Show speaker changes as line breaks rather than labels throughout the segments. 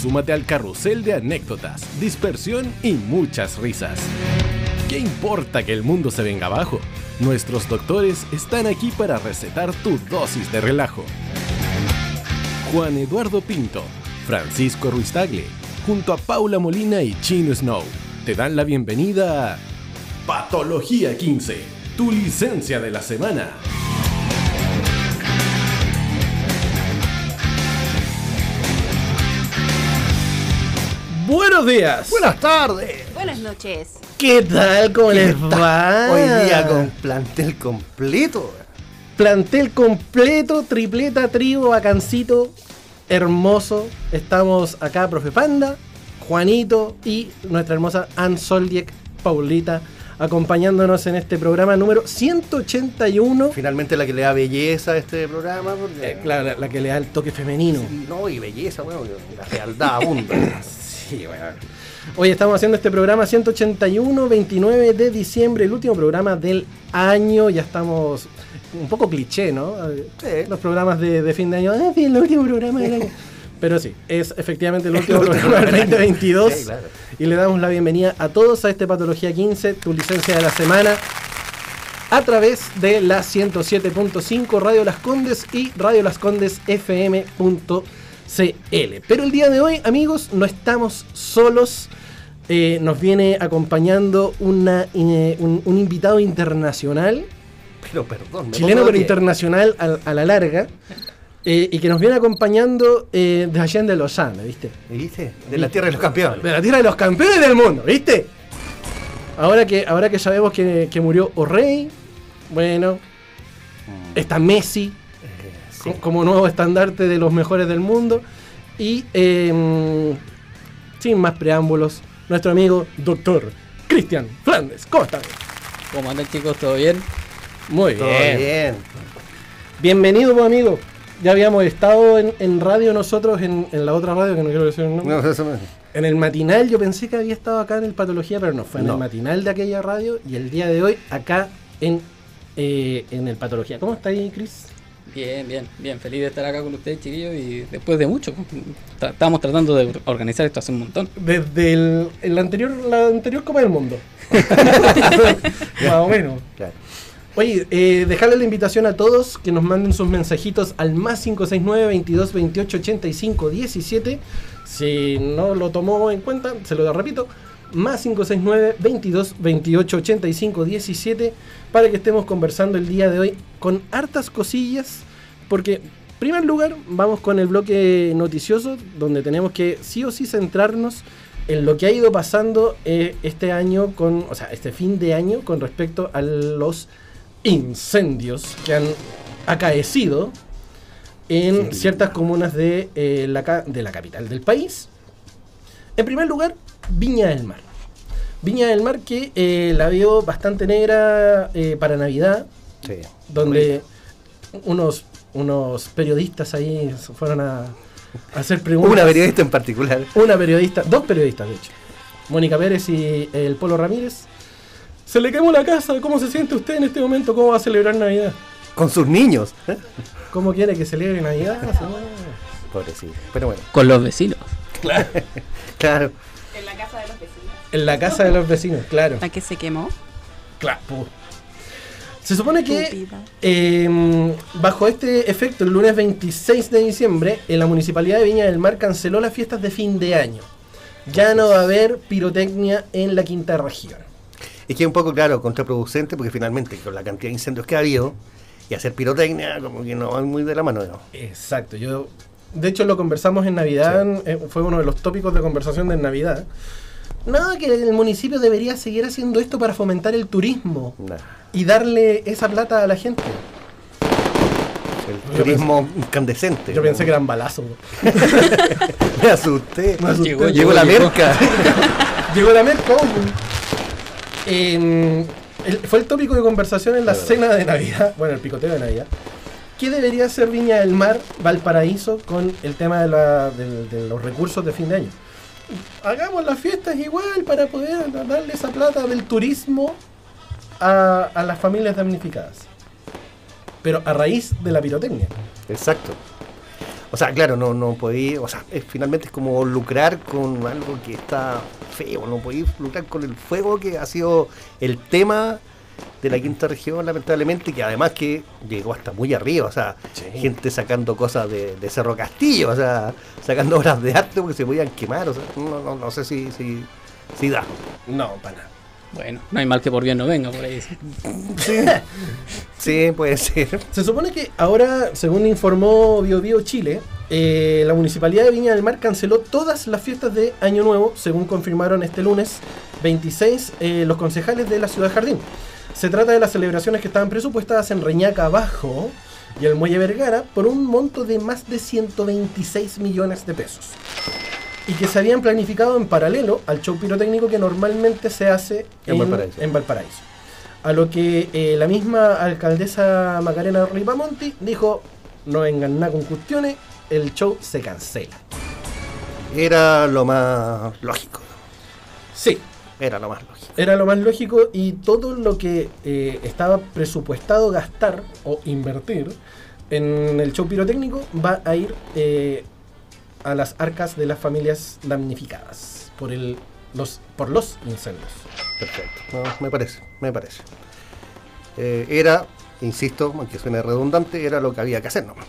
Súmate al carrusel de anécdotas, dispersión y muchas risas. ¿Qué importa que el mundo se venga abajo? Nuestros doctores están aquí para recetar tu dosis de relajo. Juan Eduardo Pinto, Francisco Ruiz Tagle, junto a Paula Molina y Chino Snow, te dan la bienvenida a Patología 15, tu licencia de la semana.
Buenos días.
Buenas tardes.
Buenas noches.
¿Qué tal? ¿Cómo les va?
Hoy día con plantel completo.
plantel completo, tripleta, trío, vacancito, hermoso. Estamos acá, profe Panda, Juanito y nuestra hermosa Ann Soldiek, Paulita, acompañándonos en este programa número 181.
Finalmente la que le da belleza a este programa. Porque,
Eh, claro, la, la que le da el toque femenino.
Sí, no, y belleza, bueno, y la fealdad abunda.
Sí, bueno. Hoy estamos haciendo este programa 181, 29 de diciembre, el último programa del año. Ya estamos un poco cliché, ¿no? Eh, Los programas de, de fin de año. Ah, sí, el último programa del año. Pero sí, es efectivamente el último programa del 2022.
Sí, claro.
Y le damos la bienvenida a todos a este Patología 15, tu licencia de la semana. A través de la 107.5 Radio Las Condes y Radio Las Condes FM.cl. Pero el día de hoy, amigos, no estamos solos. Eh, nos viene acompañando una, eh, un, un invitado internacional,
Pero perdón. me
chileno
pongo
pero
de pie.
internacional al- a, la larga, eh, y que nos viene acompañando eh, desde Allende los Andes, ¿viste?
¿Me ¿Viste? De la tierra de los campeones.
De la tierra de los campeones del mundo, ¿viste? Ahora que, ahora que sabemos que, que murió O'Reilly, bueno, está Messi co- como nuevo estandarte de los mejores del mundo. Y eh, sin más preámbulos, nuestro amigo doctor Cristian Flandes Costa.
¿Cómo andan chicos? ¿Todo bien?
Muy
Todo
bien.
bien.
Bienvenido, pues, amigo. Ya habíamos estado en, en radio nosotros, en, en la otra radio que no quiero decir el nombre.
No, eso me-
En el matinal, yo pensé que había estado acá en el Patología, pero no, fue en
No.
el matinal de aquella radio y el día de hoy acá en, eh, en el Patología. ¿Cómo está ahí, Chris?
Bien, bien, bien. Feliz de estar acá con ustedes, chiquillos. Y después de mucho, pues, tra- estábamos tratando de or- organizar esto hace un montón.
Desde el, el anterior, la anterior Copa del Mundo. Más o menos.
Claro.
Oye, eh, dejarle la invitación a todos que nos manden sus mensajitos al más 569 22 28 85 17. Si no lo tomó en cuenta, se lo repito. Más 569 22 28 85 17 para que estemos conversando el día de hoy con hartas cosillas. Porque, en primer lugar, vamos con el bloque noticioso, donde tenemos que sí o sí centrarnos en lo que ha ido pasando eh, este año, con, o sea, este fin de año con respecto a los incendios que han acaecido en ciertas comunas de, eh, la, ca- de la capital del país. En primer lugar, Viña del Mar. Viña del Mar que eh, la vio bastante negra eh, para Navidad,
Sí.
donde unos, unos periodistas ahí se fueron a, a hacer preguntas.
Una periodista en particular.
Una periodista, dos periodistas de hecho. Mónica Pérez y el Polo Ramírez. Se le quemó la casa, ¿cómo se siente usted en este momento? ¿Cómo va a celebrar Navidad?
Con sus niños. ¿eh?
¿Cómo quiere que celebre Navidad? señor?
Pobrecito. Pero bueno.
Con los vecinos.
Claro.
En la casa de los vecinos.
en la casa de los vecinos, claro.
La que se quemó.
Claro. Se supone que
Estúpida.
eh, bajo este efecto, el lunes 26 de diciembre, en la Municipalidad de Viña del Mar canceló las fiestas de fin de año. Ya no va a haber pirotecnia en la quinta región.
Es que es un poco, claro, contraproducente porque finalmente con la cantidad de incendios que ha habido y hacer pirotecnia como que no van muy de la mano, ¿no?
Exacto, yo de hecho lo conversamos en Navidad, eh, fue uno de los tópicos de conversación de Navidad. No, que el municipio debería seguir haciendo esto para fomentar el turismo
Nah.
y darle esa plata a la gente.
El turismo incandescente.
Yo pensé que eran balazos.
Me asusté.
Me asusté.
Llegó, la
Llegó,
merca.
Llegó la Merco. Eh, el- fue el tópico de conversación en la cena de Navidad, bueno, el picoteo de Navidad. ¿Qué debería hacer Viña del Mar, Valparaíso, con el tema de, la- de- de los recursos de fin de año? Hagamos las fiestas igual para poder darle esa plata del turismo a, a las familias damnificadas. Pero a raíz de la pirotecnia.
Exacto. O sea, claro, no, no podí, o sea, es- finalmente es como lucrar con algo que está feo, no podí lucrar con el fuego que ha sido el tema de la quinta región, lamentablemente, que además que llegó hasta muy arriba, o sea, gente sacando cosas de, de Cerro Castillo, o sea, sacando obras de arte porque se podían quemar, o sea, no, no, no sé si, si, si da.
No, pana.
Bueno, no hay mal que por bien no venga, por ahí. dice.
Sí, puede ser.
Se supone que ahora, según informó BioBio Chile, eh, la municipalidad de Viña del Mar canceló todas las fiestas de Año Nuevo, según confirmaron este lunes 26 eh, los concejales de la Ciudad Jardín. Se trata de las celebraciones que estaban presupuestadas en Reñaca Abajo y el Muelle Vergara por un monto de más de 126 millones de pesos. Y que se habían planificado en paralelo al show pirotécnico que normalmente se hace
En Valparaíso.
en Valparaíso. A lo que eh, la misma alcaldesa Macarena Ripamonti dijo, no vengan nada con cuestiones, el show se cancela.
Era lo más lógico,
Sí,
era lo más lógico.
era lo más lógico y todo lo que eh, estaba presupuestado gastar o invertir en el show pirotécnico va a ir eh, a las arcas de las familias damnificadas por, el, los, por los incendios.
Perfecto. No, me parece, me parece. Eh, era, insisto, aunque suene redundante, era lo que había que hacer nomás.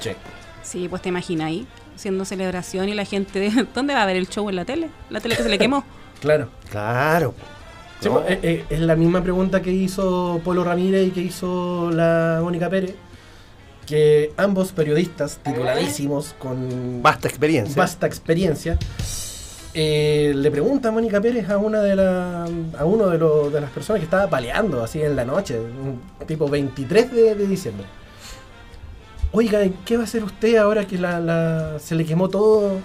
Che.
Sí, pues te imaginas ahí, haciendo celebración y la gente, ¿dónde va a ver el show en la tele? La tele que se le quemó.
Claro.
Claro.
Sí,
No,
pues, eh, eh, es la misma pregunta que hizo Polo Ramírez y que hizo la Mónica Pérez, que ambos periodistas titularísimos con
Vasta experiencia.
vasta experiencia, eh, le pregunta a Mónica Pérez a una de la, a uno de, los- de las personas que estaba paleando así en la noche, un tipo 23 de, de diciembre. Oiga, ¿qué va a hacer usted ahora que la- la, se le quemó todo?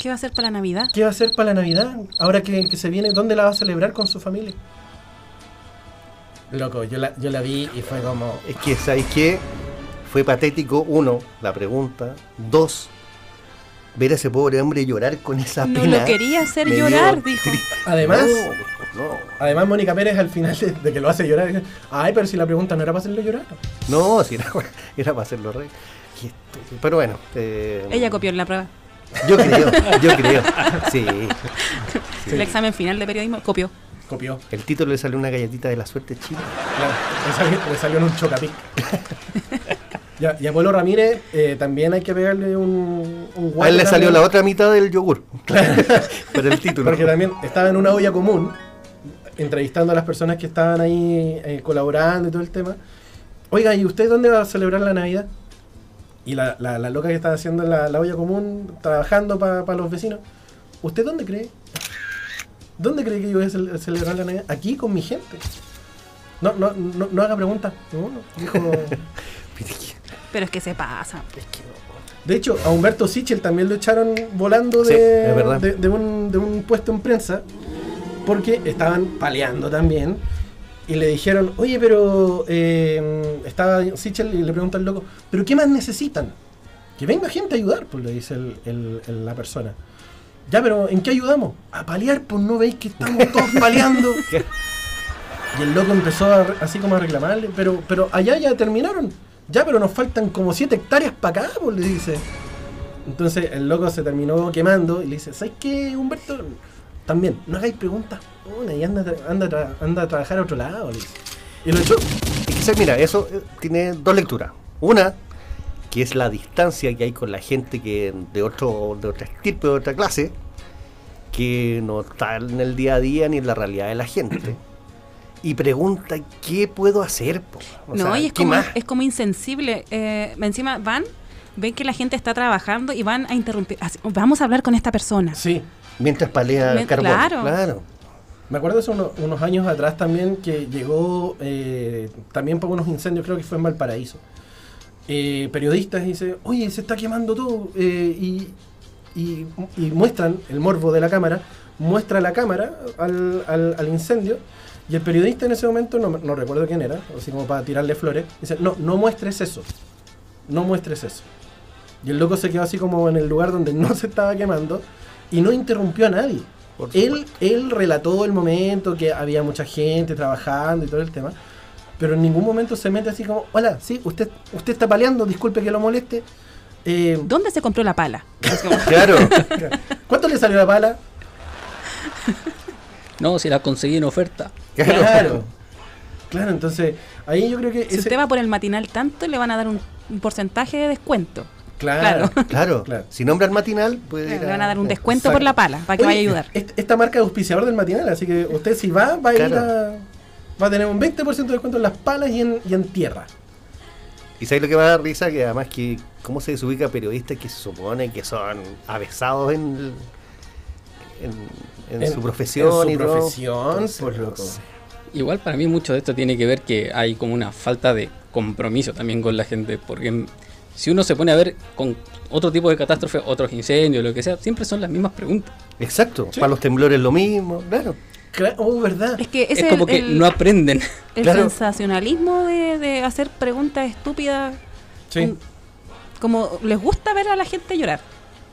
¿Qué va a hacer para la Navidad?
¿Qué va a hacer para la Navidad? Ahora que, que se viene, ¿dónde la va a celebrar con su familia? Loco, yo la, yo la vi y fue como.
Es que, ¿sabéis qué? Fue patético, uno, la pregunta. Dos, ver a ese pobre hombre llorar con esa
No
pena.
lo quería hacer
me dio
llorar, dijo.
Además,
No,
además Mónica Pérez al final de, de que lo hace llorar, dice, ay, pero si la pregunta no era para hacerlo llorar.
no, no, si era, era para hacerlo rey. Qué estúpido. Pero bueno. eh,
Ella copió en la prueba.
Yo creo, yo creo. Sí.
El examen final de periodismo copió.
Copió.
El título le salió una galletita de la suerte china.
Claro, le salió, le salió en un chocapic. Ya, y a Polo Ramírez eh, también hay que pegarle un, un
A él le
también,
salió la otra mitad del yogur. Pero el título.
Porque también estaba en una olla común, entrevistando a las personas que estaban ahí eh, colaborando y todo el tema. Oiga, ¿y usted dónde va a celebrar la Navidad? Y la, la- la loca que estaba haciendo la, la olla común, trabajando para los vecinos. ¿Usted dónde cree? ¿Dónde cree que yo voy a cel- celebrar la Navidad? Aquí con mi gente. No, no, no, no haga preguntas. No, no, dijo-
Pero es que se pasa.
De hecho, a Humberto Sichel también lo echaron volando
Sí,
de,
es verdad.
de- de un, de un puesto en prensa porque estaban paleando también. Y le dijeron, oye, pero eh, estaba Sichel y le pregunta al loco, ¿pero qué más necesitan? Que venga gente a ayudar, pues le dice el- el- el- la persona. Ya, pero ¿en qué ayudamos? A paliar, pues no veis que estamos todos paleando. Y el loco empezó a re- así como a reclamarle, pero, pero allá ya terminaron. Ya, pero nos faltan como 7 hectáreas para acá, pues le dice. Entonces el loco se terminó quemando y le dice, ¿sabes qué, Humberto? También, no hagáis preguntas una y anda, a tra- anda, a tra- anda a trabajar a otro lado, le dice. Y lo echó.
Es que, ¿sabes? mira, eso eh, tiene dos lecturas. Una, que es la distancia que hay con la gente que de otro, de otra estirpe, de otra clase, que no está en el día a día ni en la realidad de la gente. Y pregunta, ¿qué puedo hacer? po? O
no,
sea,
y es
¿qué
como,
más?
es como insensible. Eh, encima van, ven que la gente está trabajando y van a interrumpir. Así, vamos a hablar con esta persona.
Sí,
Mientras palea
Me-
carbón.
claro.
Me acuerdo hace uno- unos años atrás también que llegó eh, también por unos incendios, creo que fue en Valparaíso. eh, periodistas y dice, oye, se está quemando todo. eh, y, y- y muestran el morbo de la cámara, muestra la cámara al, al- al incendio. Y el periodista en ese momento, no, me- no recuerdo quién era, así como para tirarle flores, dice, no, no muestres eso. No muestres eso. Y el loco se quedó así como en el lugar donde no se estaba quemando y no interrumpió a nadie.
Por
Él, él relató el momento que había mucha gente trabajando y todo el tema, pero en ningún momento se mete así como, hola, sí, usted, usted está paleando, disculpe que lo moleste. Eh,
¿Dónde se compró la pala?
Claro.
¿Cuánto le salió la pala?
No, si la conseguí en oferta.
Claro. Claro, entonces ahí yo creo que...
Si
ese-
usted va por el matinal tanto, le van a dar un, un porcentaje de descuento.
Claro.
Claro.
Claro.
Si nombra al matinal, puede ir
le van a dar un
Exacto.
descuento por la pala, para que
Oye,
vaya a ayudar.
est- Esta marca es auspiciador del matinal, así que usted si va, va a ir
Claro.
a... Va a tener un 20% de descuento en las palas y en, y en tierra.
Y sabes lo que me da risa, que además que cómo se desubica periodistas que se supone que son avesados en, en, en
En-
su profesión
en
y
su
todo.
profesión,
Entonces,
pues,
no
loco.
sé.
Igual para mí mucho de esto tiene que ver que hay como una falta de compromiso también con la gente, porque mm, si uno se pone a ver con otro tipo de catástrofe, otros incendios, lo que sea, siempre son las mismas preguntas.
Exacto, para los temblores lo mismo, claro.
Cla- Oh, ¿verdad?
Es que
Es,
ese es
como
el,
que
el-
no aprenden.
el
claro.
sensacionalismo de, de hacer preguntas estúpidas. Un- como les gusta ver a la gente llorar.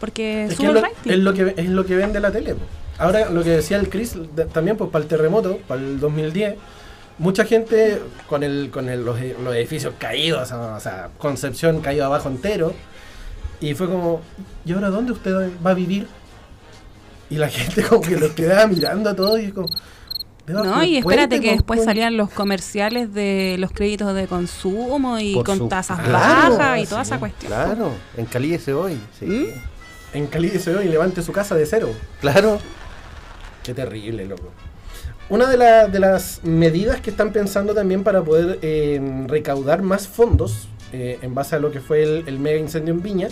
Porque
Es, que
sube
es
el
lo,
rating.
es lo que es lo que vende la tele. po. Ahora lo que decía el Chris de- también pues para el terremoto, para el 2010, mucha gente con el con el- los, e- los edificios caídos, o sea, Concepción caído abajo entero y fue como, ¿y ahora dónde usted va a vivir? Y la gente como que los quedaba mirando a todos y es como "Debajo
No,
del
y espérate
puente,
que
po,
después
po".
salían los comerciales de los créditos de consumo y
Por
con
su-
tasas
Claro,
bajas y toda
sí,
esa cuestión.
Claro, en Cali ese hoy, sí.
¿Mm?
en Cali se ve y levante su casa de cero.
Claro.
Qué terrible, loco. Una de, la- de las medidas que están pensando también para poder eh, recaudar más fondos eh, en base a lo que fue el, el mega incendio en Viña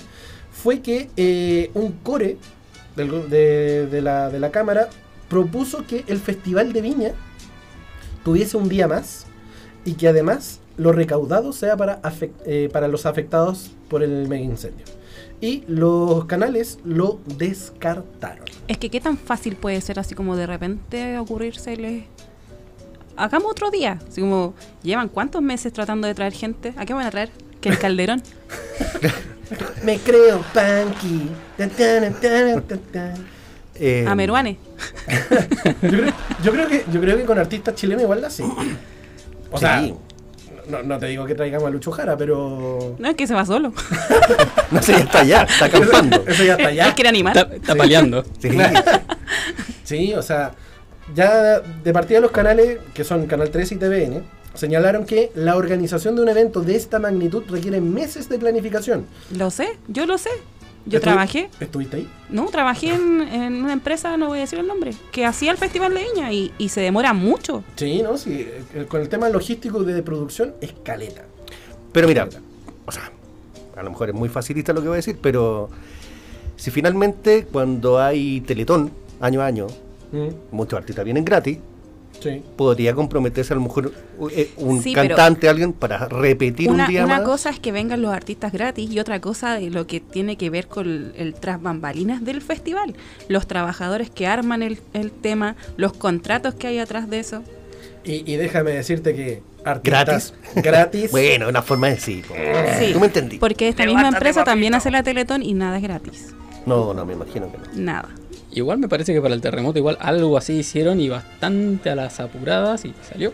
fue que eh, un core del gru- de, de la, de la Cámara propuso que el Festival de Viña tuviese un día más y que además lo recaudado sea para, afec- eh, para los afectados por el mega incendio. Y los canales lo descartaron.
Es que qué tan fácil puede ser así como de repente ocurrírseles. Hagamos otro día. Así como, ¿llevan cuántos meses tratando de traer gente? ¿A qué van a traer? Que el calderón.
Me creo punky. Tan, tan, tan, tan, tan.
eh,
A Meruane.
Yo creo, yo creo que, yo creo que con artistas chilenos igual la sí. O sea,
Sí.
no, no te digo que traigamos a Lucho Jara, pero.
No, es que se va solo.
No sé, ya está allá, está acampando.
Eso ya está
Hay
allá.
que ir a animar.
Está, está paleando.
Sí,
Sí, o sea, ya de partida los canales, que son Canal 3 y TVN, señalaron que la organización de un evento de esta magnitud requiere meses de planificación.
Lo sé, yo lo sé. Yo
Estu-
trabajé,
¿Estuviste ahí?
no, trabajé en, en una empresa, no voy a decir el nombre, que hacía el Festival de Viña y, y se demora mucho.
Sí, ¿no? Sí, eh, con el tema logístico de producción, escaleta.
Pero mira, o sea, a lo mejor es muy facilista lo que voy a decir, pero si finalmente cuando hay Teletón, año a año,
Mm.
muchos artistas vienen gratis,
sí.
podría comprometerse a lo mejor eh, un
Sí, pero-
cantante, alguien, para repetir
Una,
un día
una
más.
cosa es que vengan los artistas gratis y otra cosa de lo que tiene que ver con el, el tras bambalinas del festival. Los trabajadores que arman el, el tema, los contratos que hay atrás de eso.
Y, y déjame decirte que artistas gratis,
Bueno, una forma de decir. po.
Sí,
Mm, Tú me entendí.
Porque esta misma empresa también hace la Teletón y nada es gratis.
No, no, me imagino que no.
Nada.
Igual me parece que para el terremoto igual algo así hicieron y bastante a las apuradas y salió.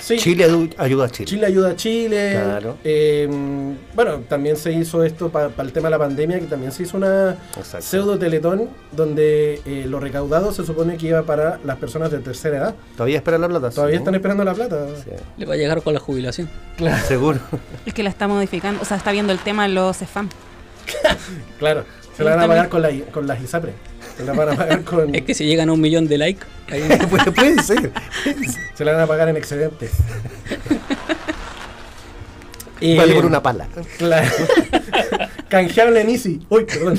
sí, Chile.
Chile adu- ayuda a Chile.
ayuda a Chile.
Claro.
Eh, bueno, también se hizo esto para el tema de la pandemia, que también se hizo una
Exacto.
pseudo teletón donde eh, lo recaudado se supone que iba para las personas de tercera edad.
Todavía esperan la plata.
Todavía
sí,
están
¿no?
esperando la plata.
Sí,
Le va a llegar con la jubilación.
Seguro.
Es que la está modificando, o sea, está viendo el tema en los spam.
Claro.
Sí,
Se la van a
también.
pagar con, la, con las ISAPRE. Se la van a pagar con.
Es que si llegan a un millón de likes, ahí
Pu- puede ser.
Se la van a pagar en excedentes. Eh,
Vale por una pala.
Claro. Canjearon en Easy. Uy, perdón.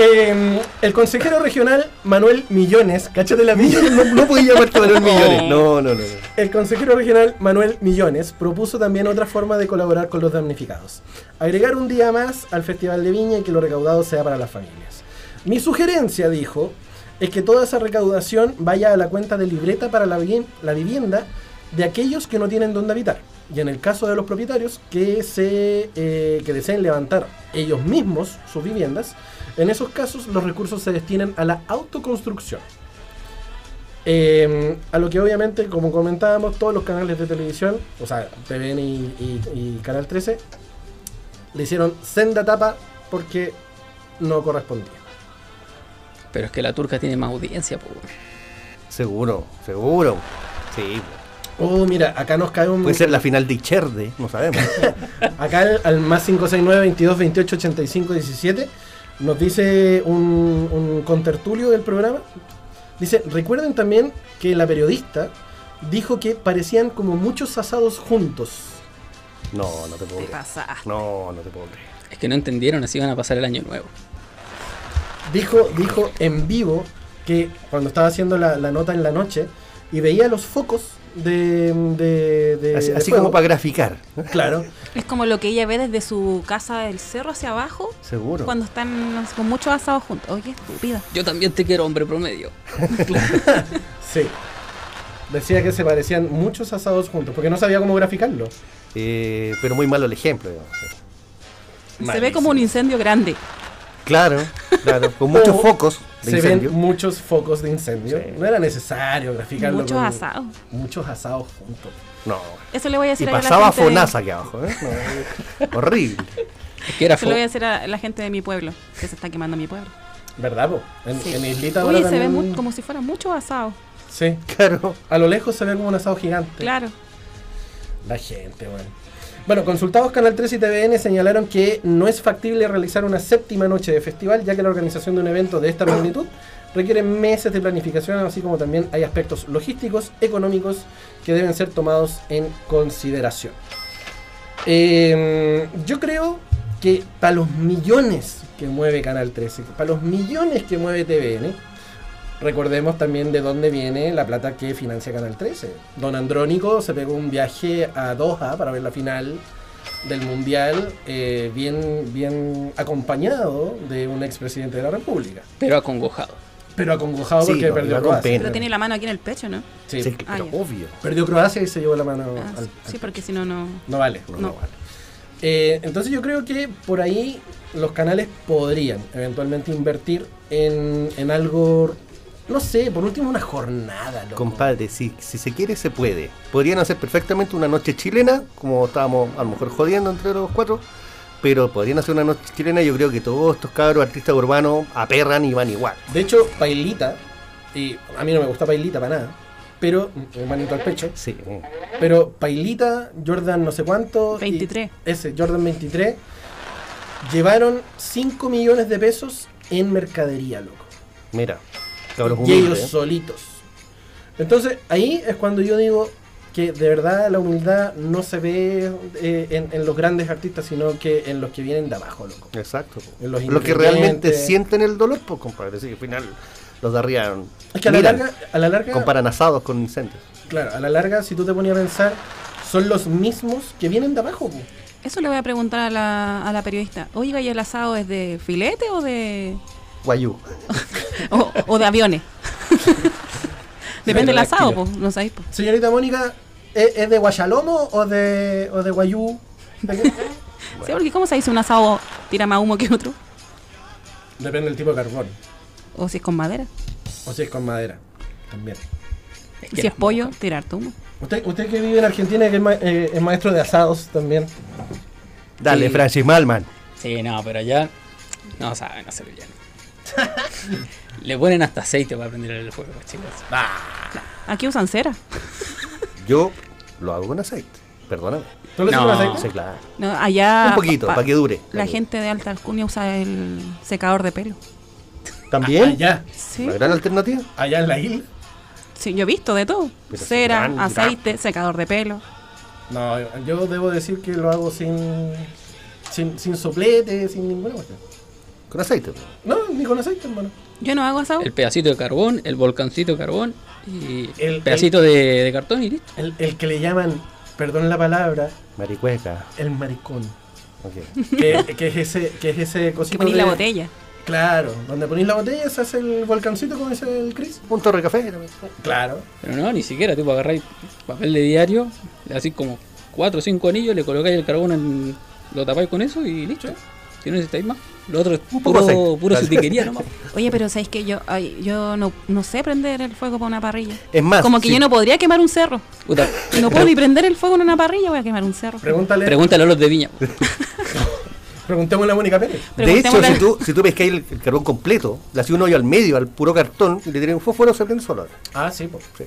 Eh, el consejero regional Manuel Millones, cáchate la milla.
No, no podía llamarte Manuel Millones. No, no, no. no.
El consejero regional Manuel Millones propuso también otra forma de colaborar con los damnificados. Agregar un día más al Festival de Viña y que lo recaudado sea para las familias. Mi sugerencia, dijo, es que toda esa recaudación vaya a la cuenta de libreta para la, vi- la vivienda de aquellos que no tienen dónde habitar. Y en el caso de los propietarios que, se, eh, que deseen levantar ellos mismos sus viviendas, en esos casos los recursos se destinan a la autoconstrucción. Eh, a lo que obviamente, como comentábamos, todos los canales de televisión, o sea, TVN y, y- y Canal 13, le hicieron senda tapa porque no correspondía.
Pero es que la turca tiene más audiencia, po.
Seguro, seguro. Sí.
Oh, mira, acá nos cae un.
Puede ser la final de Icherde, no sabemos.
Acá al, al más 569 22 28 85 17 nos dice un, un contertulio del programa. Dice, recuerden también que la periodista dijo que parecían como muchos asados juntos.
No, no te puedo
Te
creer.
pasaste.
No, no te puedo creer.
Es que no entendieron, así van a pasar el año nuevo.
Dijo, dijo en vivo que cuando estaba haciendo la, la nota en la noche y veía los focos de... de- de-
Así,
de
así
fuego.
como para graficar.
Claro.
Es como lo que ella ve desde su casa del cerro hacia abajo
Seguro.
cuando están con muchos asados juntos. Oye, estúpida.
Yo también te quiero, hombre promedio.
Sí. Decía que se parecían muchos asados juntos, porque no sabía cómo graficarlo.
Eh, pero muy malo el ejemplo. digamos.
Se ve como un incendio grande.
Claro, claro. Con muchos
O
focos de
se
incendio.
ven muchos focos de incendio. No era necesario graficarlo.
Muchos
con-
asados.
Muchos asados juntos.
No.
Eso le voy a
Y
decir a la
pasaba
gente de-
Fonasa aquí abajo. ¿eh? No, horrible.
Es que era
Eso le voy a
fo-
decir a la gente de mi pueblo, que se está quemando mi pueblo.
¿Verdad, po? En,
Sí.
en Islita ahora
Oye, se ve
también-
mu- como si fuera mucho asado.
Sí.
Claro.
A lo lejos se ve como un asado gigante.
Claro.
La gente, bueno. Bueno, consultados Canal 3 y TVN señalaron que no es factible realizar una séptima noche de festival, ya que la organización de un evento de esta magnitud requiere meses de planificación, así como también hay aspectos logísticos, económicos, que deben ser tomados en consideración. Eh, yo creo que para los millones que mueve Canal 13, para los millones que mueve TVN, Recordemos también de dónde viene la plata que financia Canal 13. Don Andrónico se pegó un viaje a Doha para ver la final del Mundial, eh, bien, bien acompañado de un expresidente de la República.
pero acongojado.
Pero acongojado
Sí,
porque
no,
perdió
iba con
Croacia.
pena.
Pero tiene la mano aquí en el pecho, ¿no?
Sí,
Sí, pero
Ah, ya.
obvio.
Perdió Croacia y se llevó la mano
Ah,
Oh, al-
sí, porque si no, no.
No vale.
No.
vale. Eh, entonces yo creo que por ahí los canales podrían eventualmente invertir en, en algo, no sé, por último una jornada. loco.
Compadre, si, si se quiere, se puede. Podrían hacer perfectamente una noche chilena, como estábamos a lo mejor jodiendo entre los cuatro, pero podrían hacer una noche chilena. Yo creo que todos estos cabros artistas urbanos aperran y van igual.
De hecho, Pailita, y a mí no me gusta Pailita para nada, pero, eh, manito al pecho,
Sí. eh.
pero Pailita, Jordan no sé cuánto, y
23.
Ese, Jordan 23, llevaron 5 millones de pesos en mercadería, loco.
Mira, cabros
Y ellos
humildes. ¿eh?
solitos. Entonces, ahí es cuando yo digo que de verdad la humildad no se ve eh, en, en los grandes artistas, sino que en los que vienen de abajo, loco.
Exacto. po.
Los
Los, que realmente
ingredientes.
sienten el dolor, pues, compadre. Sí, al final los de arriba
Es que a la
miran,
larga, a la larga
comparan asados con incendios.
Claro, a la larga, si tú te ponías a pensar, son los mismos que vienen de abajo. po.
Eso le voy a preguntar a la, a la periodista. Oiga, ¿y el asado es de filete o de,
Guayú.
o, o de aviones? Depende del asado,
Pterodáctilo.
pues. No sabéis, pues.
Señorita Mónica, ¿es, es de Guayalomo o de, o de Guayú? ¿De qué?
Sí, porque ¿cómo se dice un asado tira más humo que otro?
Depende del tipo de carbón.
O si es con madera.
O si es con madera. También.
Es que
Si es
las
pollo,
mojas.
tirar humo.
Usted, usted que vive en Argentina, que es, ma- eh, es maestro de asados también.
Dale,
Sí.
Francis Malman.
Sí, no, pero allá no saben hacer villano. Le ponen hasta aceite para prender el fuego, chicos.
Ah.
Aquí usan cera.
Yo lo hago con aceite. Perdóname.
¿Tú lo haces
No,
con aceite?
Sí, claro.
No, allá.
Un poquito,
pa-
para que dure.
La gente de alta alcurnia usa el secador de pelo.
También.
Allá,
Sí.
La gran alternativa.
allá en la isla.
Sí, yo he visto de todo.
Pero
Cera,
sin gran-
aceite, secador de pelo.
No, yo debo decir que lo hago sin, sin, sin soplete, sin ninguna cuestión.
Con aceite. pues.
No, ni con aceite, hermano.
Yo no hago asado.
El pedacito de carbón, el volcancito de carbón y
El-
el pedacito de, de cartón y listo.
El, el que le llaman, perdón la palabra,
Maricueca.
el maricón.
Ok.
Que, que es ese, que es ese
Que
cosito
ponís
de-
la botella.
Claro, donde ponís la botella se hace el volcancito como dice el Chris.
Un torre café también.
Claro.
Pero no, ni siquiera, tipo, agarráis papel de diario, le hacéis como 4 o 5 anillos, le colocáis el carbón, en, lo tapáis con eso y listo. Si no necesitáis más, lo otro es
poco
puro,
aceite.
puro sutiquería nomás.
Oye, pero ¿sabes que Yo, ay, yo no, no sé prender el fuego para una parrilla.
Es más,
Como que
si-
yo no podría quemar un cerro.
Puta,
No puedo ni prender el fuego en una parrilla, voy a quemar un cerro.
Pregúntale,
pregúntale a los de viña.
preguntémosle a Mónica Pérez.
De hecho,
Preguntémosle-
si tú, si tú pescáis el, el carbón completo, le hacía un hoyo al medio, al puro cartón, y le tiras un fósforo, se prende solo.
Ah, sí, pues.
Sí.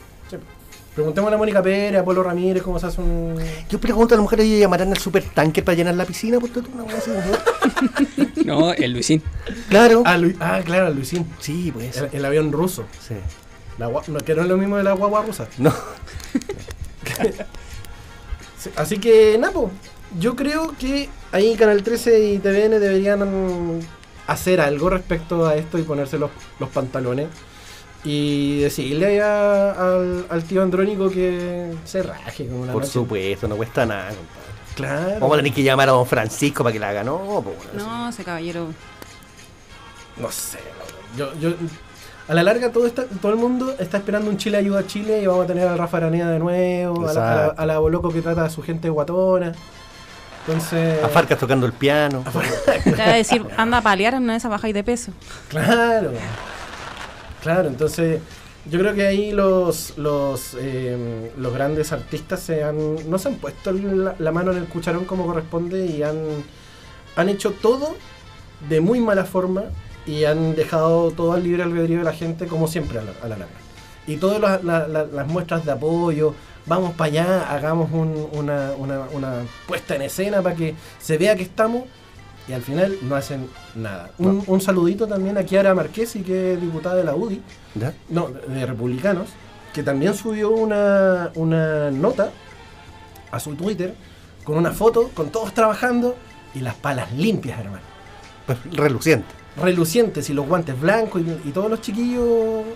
Preguntémosle a Mónica Pérez, a Polo Ramírez, cómo se hace un.
Yo pregunto a las mujeres, ¿ellos llamarán al supertanque para llenar la piscina? Porque tú no así, ¿no?
No, el Luisín.
Claro.
Ah, Lu- ah, claro, Luisín.
Sí, pues.
El, el avión ruso.
Sí.
La gua- no, que no es lo mismo de la guagua rusa.
No.
Sí, Así que, Napo, yo creo que ahí Canal 13 y TVN deberían mm, hacer algo respecto a esto y ponerse los, los pantalones. Y decirle a- al, al tío Andrónico que se raje con una
Por
noche.
supuesto, no cuesta nada, compadre.
Claro.
Vamos a tener que llamar a don Francisco para que la haga. No, pues. bueno,
No, ese caballero.
No sé, no, yo, yo- a la larga todo está, todo el mundo está esperando un Chile ayuda a Chile y vamos a tener al Rafa Araneda de nuevo, a la, a la-
Exacto.
a la Boloco que trata a su gente guatona. Entonces.
sí. A Farcas tocando el piano.
Te va a decir, anda a paliar en esa baja y de peso.
Claro. Claro, entonces yo creo que ahí los los, eh, los grandes artistas se han, no se han puesto la, la mano en el cucharón como corresponde y han, han hecho todo de muy mala forma y han dejado todo al libre albedrío de la gente como siempre a la, a la larga. Y todas las, la- la- las muestras de apoyo, vamos para allá, hagamos un- una, una- una puesta en escena para que se vea que estamos y al final no hacen nada. Un, un saludito también a Kiara Marquesi, que es diputada de la UDI,
¿Ya?
no, de Republicanos, que también subió una, una nota a su Twitter con una foto, con todos trabajando y las palas limpias, hermano.
Pues, Reluciente.
Relucientes y los guantes blancos y, y todos los chiquillos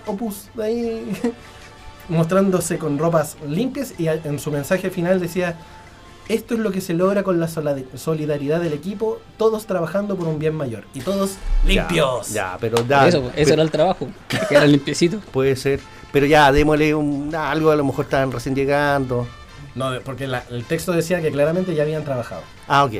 opus de ahí mostrándose con ropas limpias y a- en su mensaje final decía, esto es lo que se logra con la solade- solidaridad del equipo, todos trabajando por un bien mayor y todos limpios.
Ya, ya, pero ya.
eso,
pe-
eso era el trabajo, que era limpiecito.
Puede ser. Pero ya, démosle un, algo, a lo mejor están recién llegando.
No, de- porque la- el texto decía que claramente ya habían trabajado.
Ah, ok.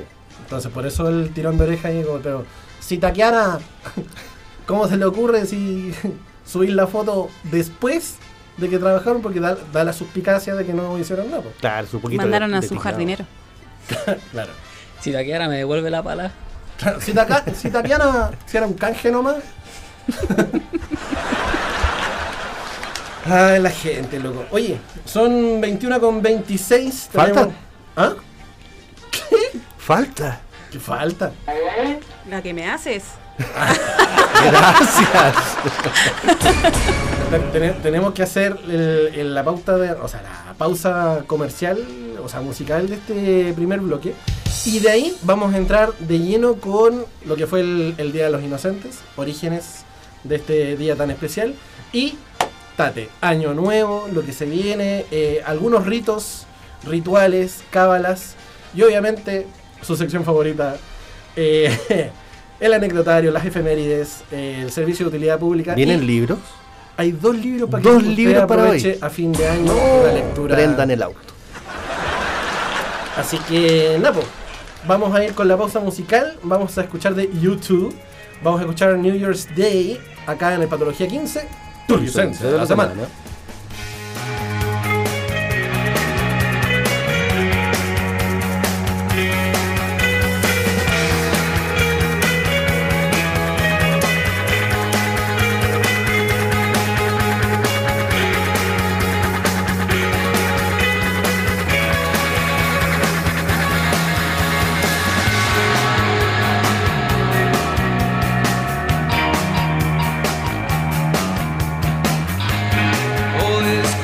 Entonces, por eso el tirón de oreja y como, pero si Taquiana, ¿cómo se le ocurre si subir la foto después de que trabajaron? Porque da, da la suspicacia de que no hicieron nada. pues.
Claro, su poquito. de-
Mandaron a
de
su
picado.
jardinero.
Claro.
Si la quedara me devuelve la pala.
Si, Taca- si Taquiana, si era un canje nomás. Ay, la gente, loco. Oye, son 21 con 26.
¿Faltan?
¿Ah?
Falta.
¿Qué falta?
La que me haces.
Gracias.
Ten- ten- tenemos que hacer el- el- la pauta de, o sea, la pausa comercial, o sea, musical de este primer bloque. Y de ahí vamos a entrar de lleno con lo que fue el, el Día de los Inocentes, orígenes de este día tan especial. Y Tate, Año Nuevo, lo que se viene, eh, algunos ritos, rituales, cábalas. Y obviamente su sección favorita, eh, el anecdotario, las efemérides, eh, el servicio de utilidad pública. y-
¿Vienen libros?
hay dos libros para
Dos
que usted
libros para
aproveche a fin de año la lectura.
Prendan el auto.
Así que, Napo, vamos a ir con la pausa musical. Vamos a escuchar de YouTube. Vamos a escuchar New Year's Day acá en el Patología 15. Tu licencia de la semana.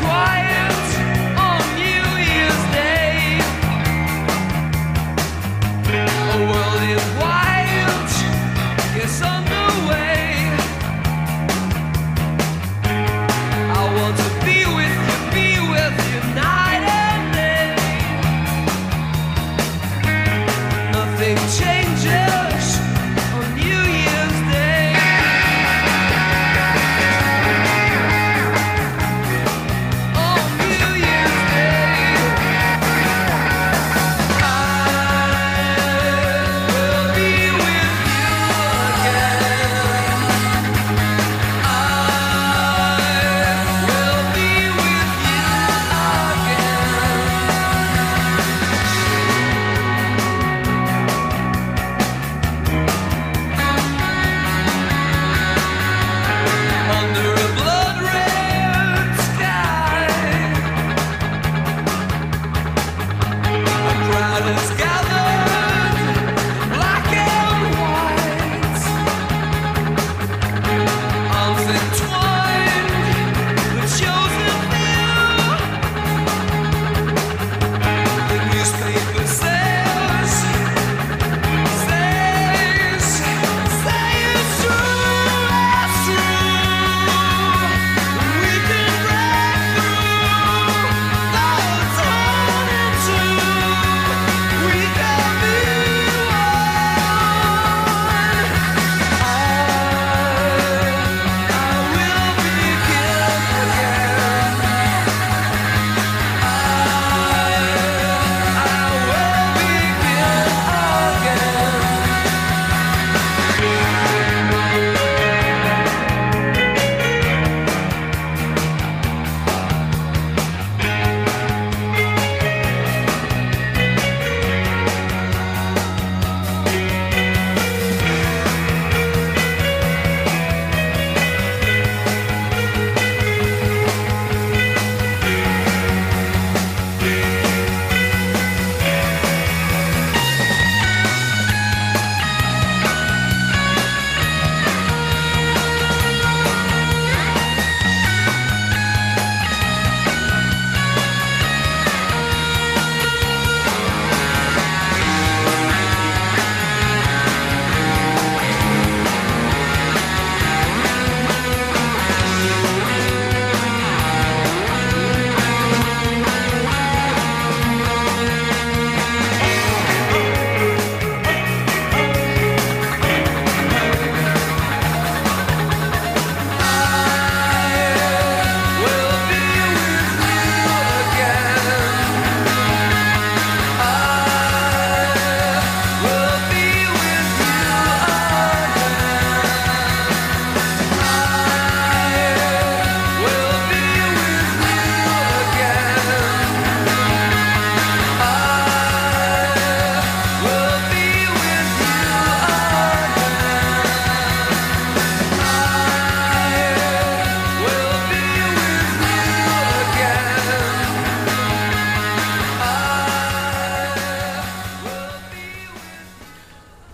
New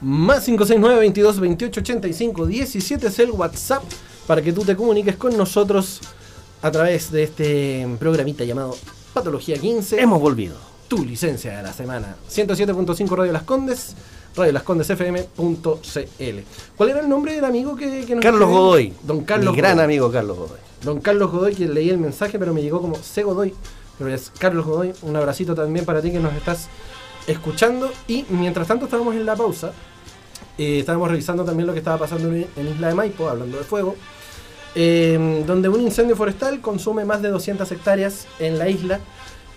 Más 569 22 28 85 17 es el WhatsApp para que tú te comuniques con nosotros a través de este programita llamado Patología 15.
Hemos volvido.
tu licencia de la semana. 107.5 Radio Las Condes, radiolascondesfm.cl. ¿Cuál era el nombre del amigo que, que nos
Carlos
escribió?
Godoy.
Don Carlos
Mi gran
Godoy.
amigo Carlos Godoy.
Don Carlos Godoy, quien leí el mensaje, pero me llegó como C. Godoy. Pero es Carlos Godoy, un abracito también para ti que nos estás escuchando. Y mientras tanto estábamos en la pausa, eh, estábamos revisando también lo que estaba pasando en, en Isla de Maipo, hablando de fuego, eh, donde un incendio forestal consume más de 200 hectáreas en la isla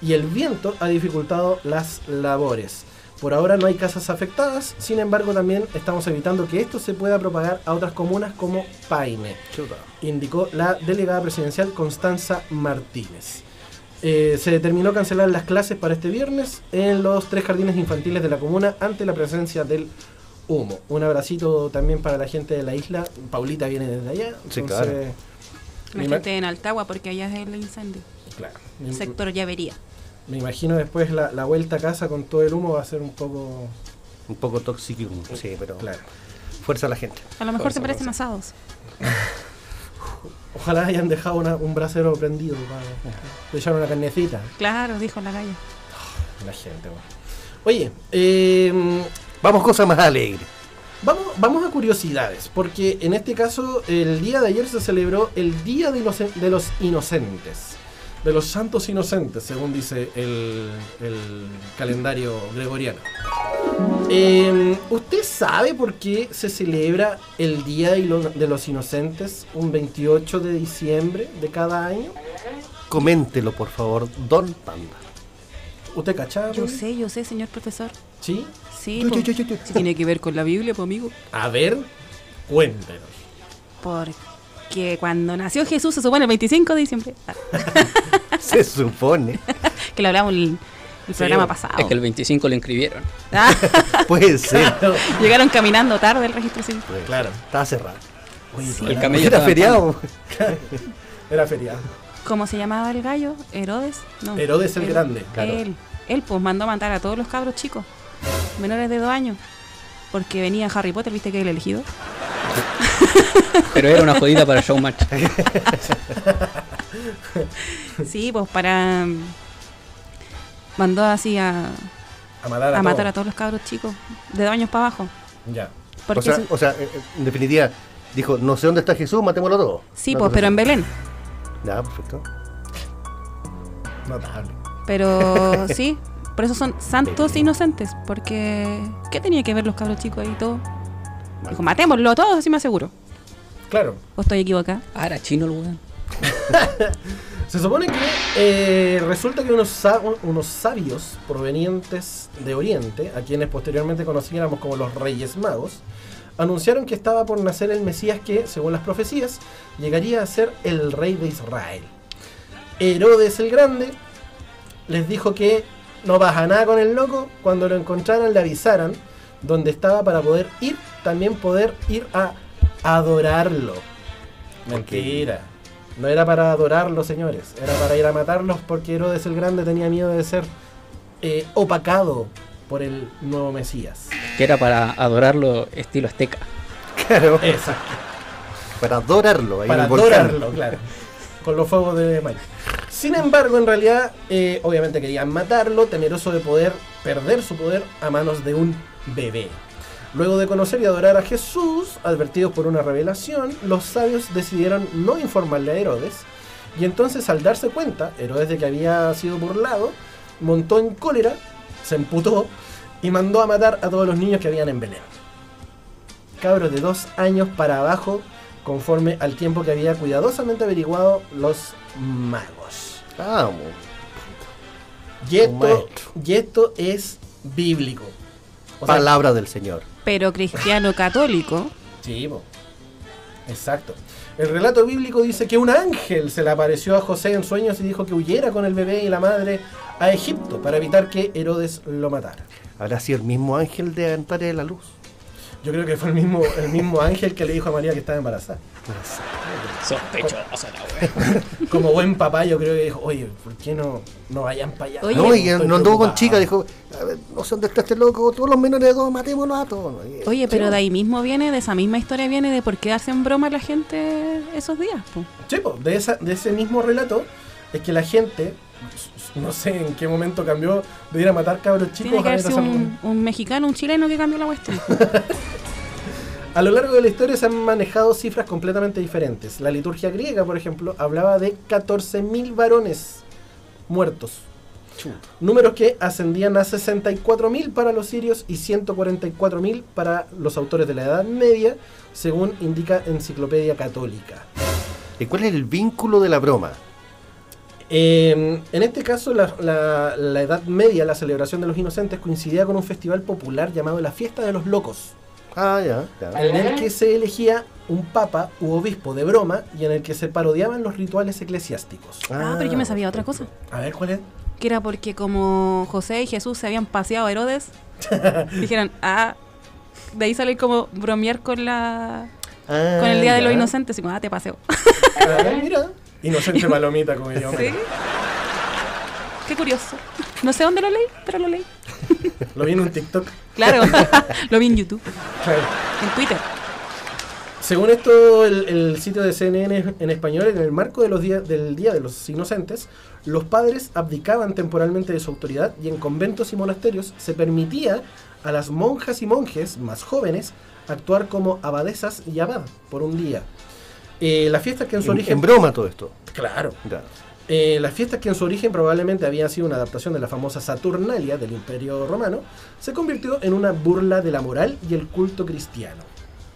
y el viento ha dificultado las labores. Por ahora no hay casas afectadas, sin embargo también estamos evitando que esto se pueda propagar a otras comunas como Paine indicó la delegada presidencial Constanza Martínez. Eh, se determinó cancelar las clases para este viernes en los tres jardines infantiles de la comuna ante la presencia del humo. Un abracito también para la gente de la isla. Paulita viene desde allá.
Sí,
entonces,
La
Mi ma-
gente en Altagua, porque allá es el incendio.
claro. Me,
Sector llavería.
me imagino después la, la vuelta a casa con todo el humo va a ser un poco...
Un poco tóxico. Sí, pero
Claro.
fuerza a la gente.
A lo mejor se parecen asados.
Ojalá hayan dejado una- un brasero prendido para le echar una carnecita.
Claro, dijo la galla.
La gente, bueno. Oye, eh,
Vamos, cosa más alegre.
Vamos, vamos a curiosidades, porque en este caso el día de ayer se celebró el Día de los, de los Inocentes, de los Santos Inocentes, según dice el, el calendario gregoriano. Eh, ¿Usted sabe por qué se celebra el Día de lo- de los Inocentes un 28 de diciembre de cada año?
Coméntelo, por favor, Don Panda.
¿Usted cachaba?
Yo
Poli?
sé, yo sé, señor profesor.
¿Sí?
Sí,
Yo,
po.
yo, yo, yo, yo.
Si tiene que ver con la Biblia, pues amigo.
A ver, cuéntenos.
Porque cuando nació Jesús, se supone el 25 de diciembre, ah,
Se supone.
que lo hablamos el, el programa pasado.
Es que el 25 lo inscribieron.
Ah,
Puede ser.
llegaron caminando tarde el registro civil.
Claro.
Está cerrado.
Oye,
El
era-
Era
camello estaba en
feriado.
era feriado.
¿Cómo se llamaba el gallo? ¿Herodes? No.
Herodes el
Él-
Grande, claro.
Él, él, pues mandó a matar a todos los cabros chicos, menores de dos años. Porque venía Harry Potter, viste que es el elegido.
Palma. Pero era una jodida para Showmatch.
Sí, pues para. Mandó así a,
A matar a,
a matar
todos.
a todos los cabros chicos, de dos años para abajo.
Ya.
Porque
o sea,
su-
o sea, eh, eh, en definitiva, dijo, no sé dónde está Jesús, matémoslo todo.
sí, pues, pero en Belén.
Ya, perfecto.
Notable.
Pero sí, por eso son santos inocentes. Porque. ¿Qué tenía que ver los cabros chicos ahí y todo? Dijo, matémoslo todos, así me aseguro.
Claro.
¿O estoy equivocada?
Ah, era chino el weón.
Se supone que eh, resulta que unos, sa- unos sabios provenientes de Oriente, a quienes posteriormente conociéramos como los Reyes Magos, anunciaron que estaba por nacer el Mesías que, según las profecías, llegaría a ser el rey de Israel. Herodes el Grande les dijo que no baja nada con el loco, cuando lo encontraran le avisaran dónde estaba para poder ir, también poder ir a adorarlo. Mentira. No era para adorarlo, señores, era para ir a matarlos porque Herodes el Grande tenía miedo de ser eh, opacado por el nuevo Mesías.
Que era para adorarlo estilo azteca.
Claro,
Exacto.
para adorarlo. Ahí en
para
el volcán.
adorarlo, claro. Con los fuegos de Mayo. Sin embargo, en realidad, eh, obviamente querían matarlo, temeroso de poder perder su poder a manos de un bebé. Luego de conocer y adorar a Jesús, advertidos por una revelación, los sabios decidieron no informarle a Herodes. Y entonces, al darse cuenta, Herodes de que había sido burlado, montó en cólera, se emputó y mandó a matar a todos los niños que habían en Belén. Cabros de dos años para abajo, conforme al tiempo que había cuidadosamente averiguado los magos.
Vamos.
Y
Un
esto,
maestro.
y esto es bíblico. O sea,
Palabra del Señor.
Pero cristiano católico.
Sí, po. exacto. El relato bíblico dice que un ángel se le apareció a José en sueños y dijo que huyera con el bebé y la madre a Egipto para evitar que Herodes lo matara.
Habrá sido el mismo ángel de Antares de la Luz.
Yo creo que fue el mismo, el mismo ángel que le dijo a María que estaba embarazada.
Sospechosa la wea.
Como buen papá, yo creo que dijo, oye, ¿por qué no, no vayan para allá?
Oye,
no, y
Estoy
no anduvo
preocupado.
con chica, dijo, a ver, no sé dónde está este loco, todos los menores de dos, matémoslos a todos. ¿no? Y-
Oye,
sí,
pero
no.
de ahí mismo viene, de esa misma historia viene de por qué hacen broma la gente esos días. po.
Sí, po, de, esa- de ese mismo relato es que la gente, s- s- no sé en qué momento cambió de ir a matar cabros chicos
Tiene que
a,
haber
ir a
sido
San-
un, un mexicano, un chileno que cambió la cuestión.
A lo largo de la historia se han manejado cifras completamente diferentes. La liturgia griega, por ejemplo, hablaba de 14.000 varones muertos. Números que ascendían a 64.000 para los sirios y 144.000 para los autores de la Edad Media, según indica Enciclopedia Católica.
¿Y cuál es el vínculo de la broma?
Eh, en este caso, la, la- la Edad Media, la celebración de los inocentes, coincidía con un festival popular llamado la Fiesta de los Locos,
Ah, ya, ya.
en el que se elegía un papa u obispo de broma y en el que se parodiaban los rituales eclesiásticos.
Ah, pero yo me sabía otra cosa.
A ver, ¿cuál es?
Que era porque como José y Jesús se habían paseado a Herodes, dijeron, ah, de ahí sale como bromear con la
Ah,
con el Día de
ya.
los Inocentes y como, ah, te paseo.
A ver, mira. Inocente palomita, como yo.
¿Sí? Qué curioso. No sé dónde lo leí, pero lo leí.
Lo vi en un TikTok.
Claro, lo vi en YouTube,
Claro.
en Twitter.
Según esto, el, el sitio de CNN en español, en el marco de los días del Día de los Inocentes, los padres abdicaban temporalmente de su autoridad y en conventos y monasterios se permitía a las monjas y monjes más jóvenes actuar como abadesas y abad por un día. Eh, las fiestas que en su
En,
origen...
en broma todo esto.
claro.
Ya.
Eh, las fiestas que en su origen probablemente habían sido una adaptación de la famosa Saturnalia del Imperio Romano, se convirtió en una burla de la moral y el culto cristiano.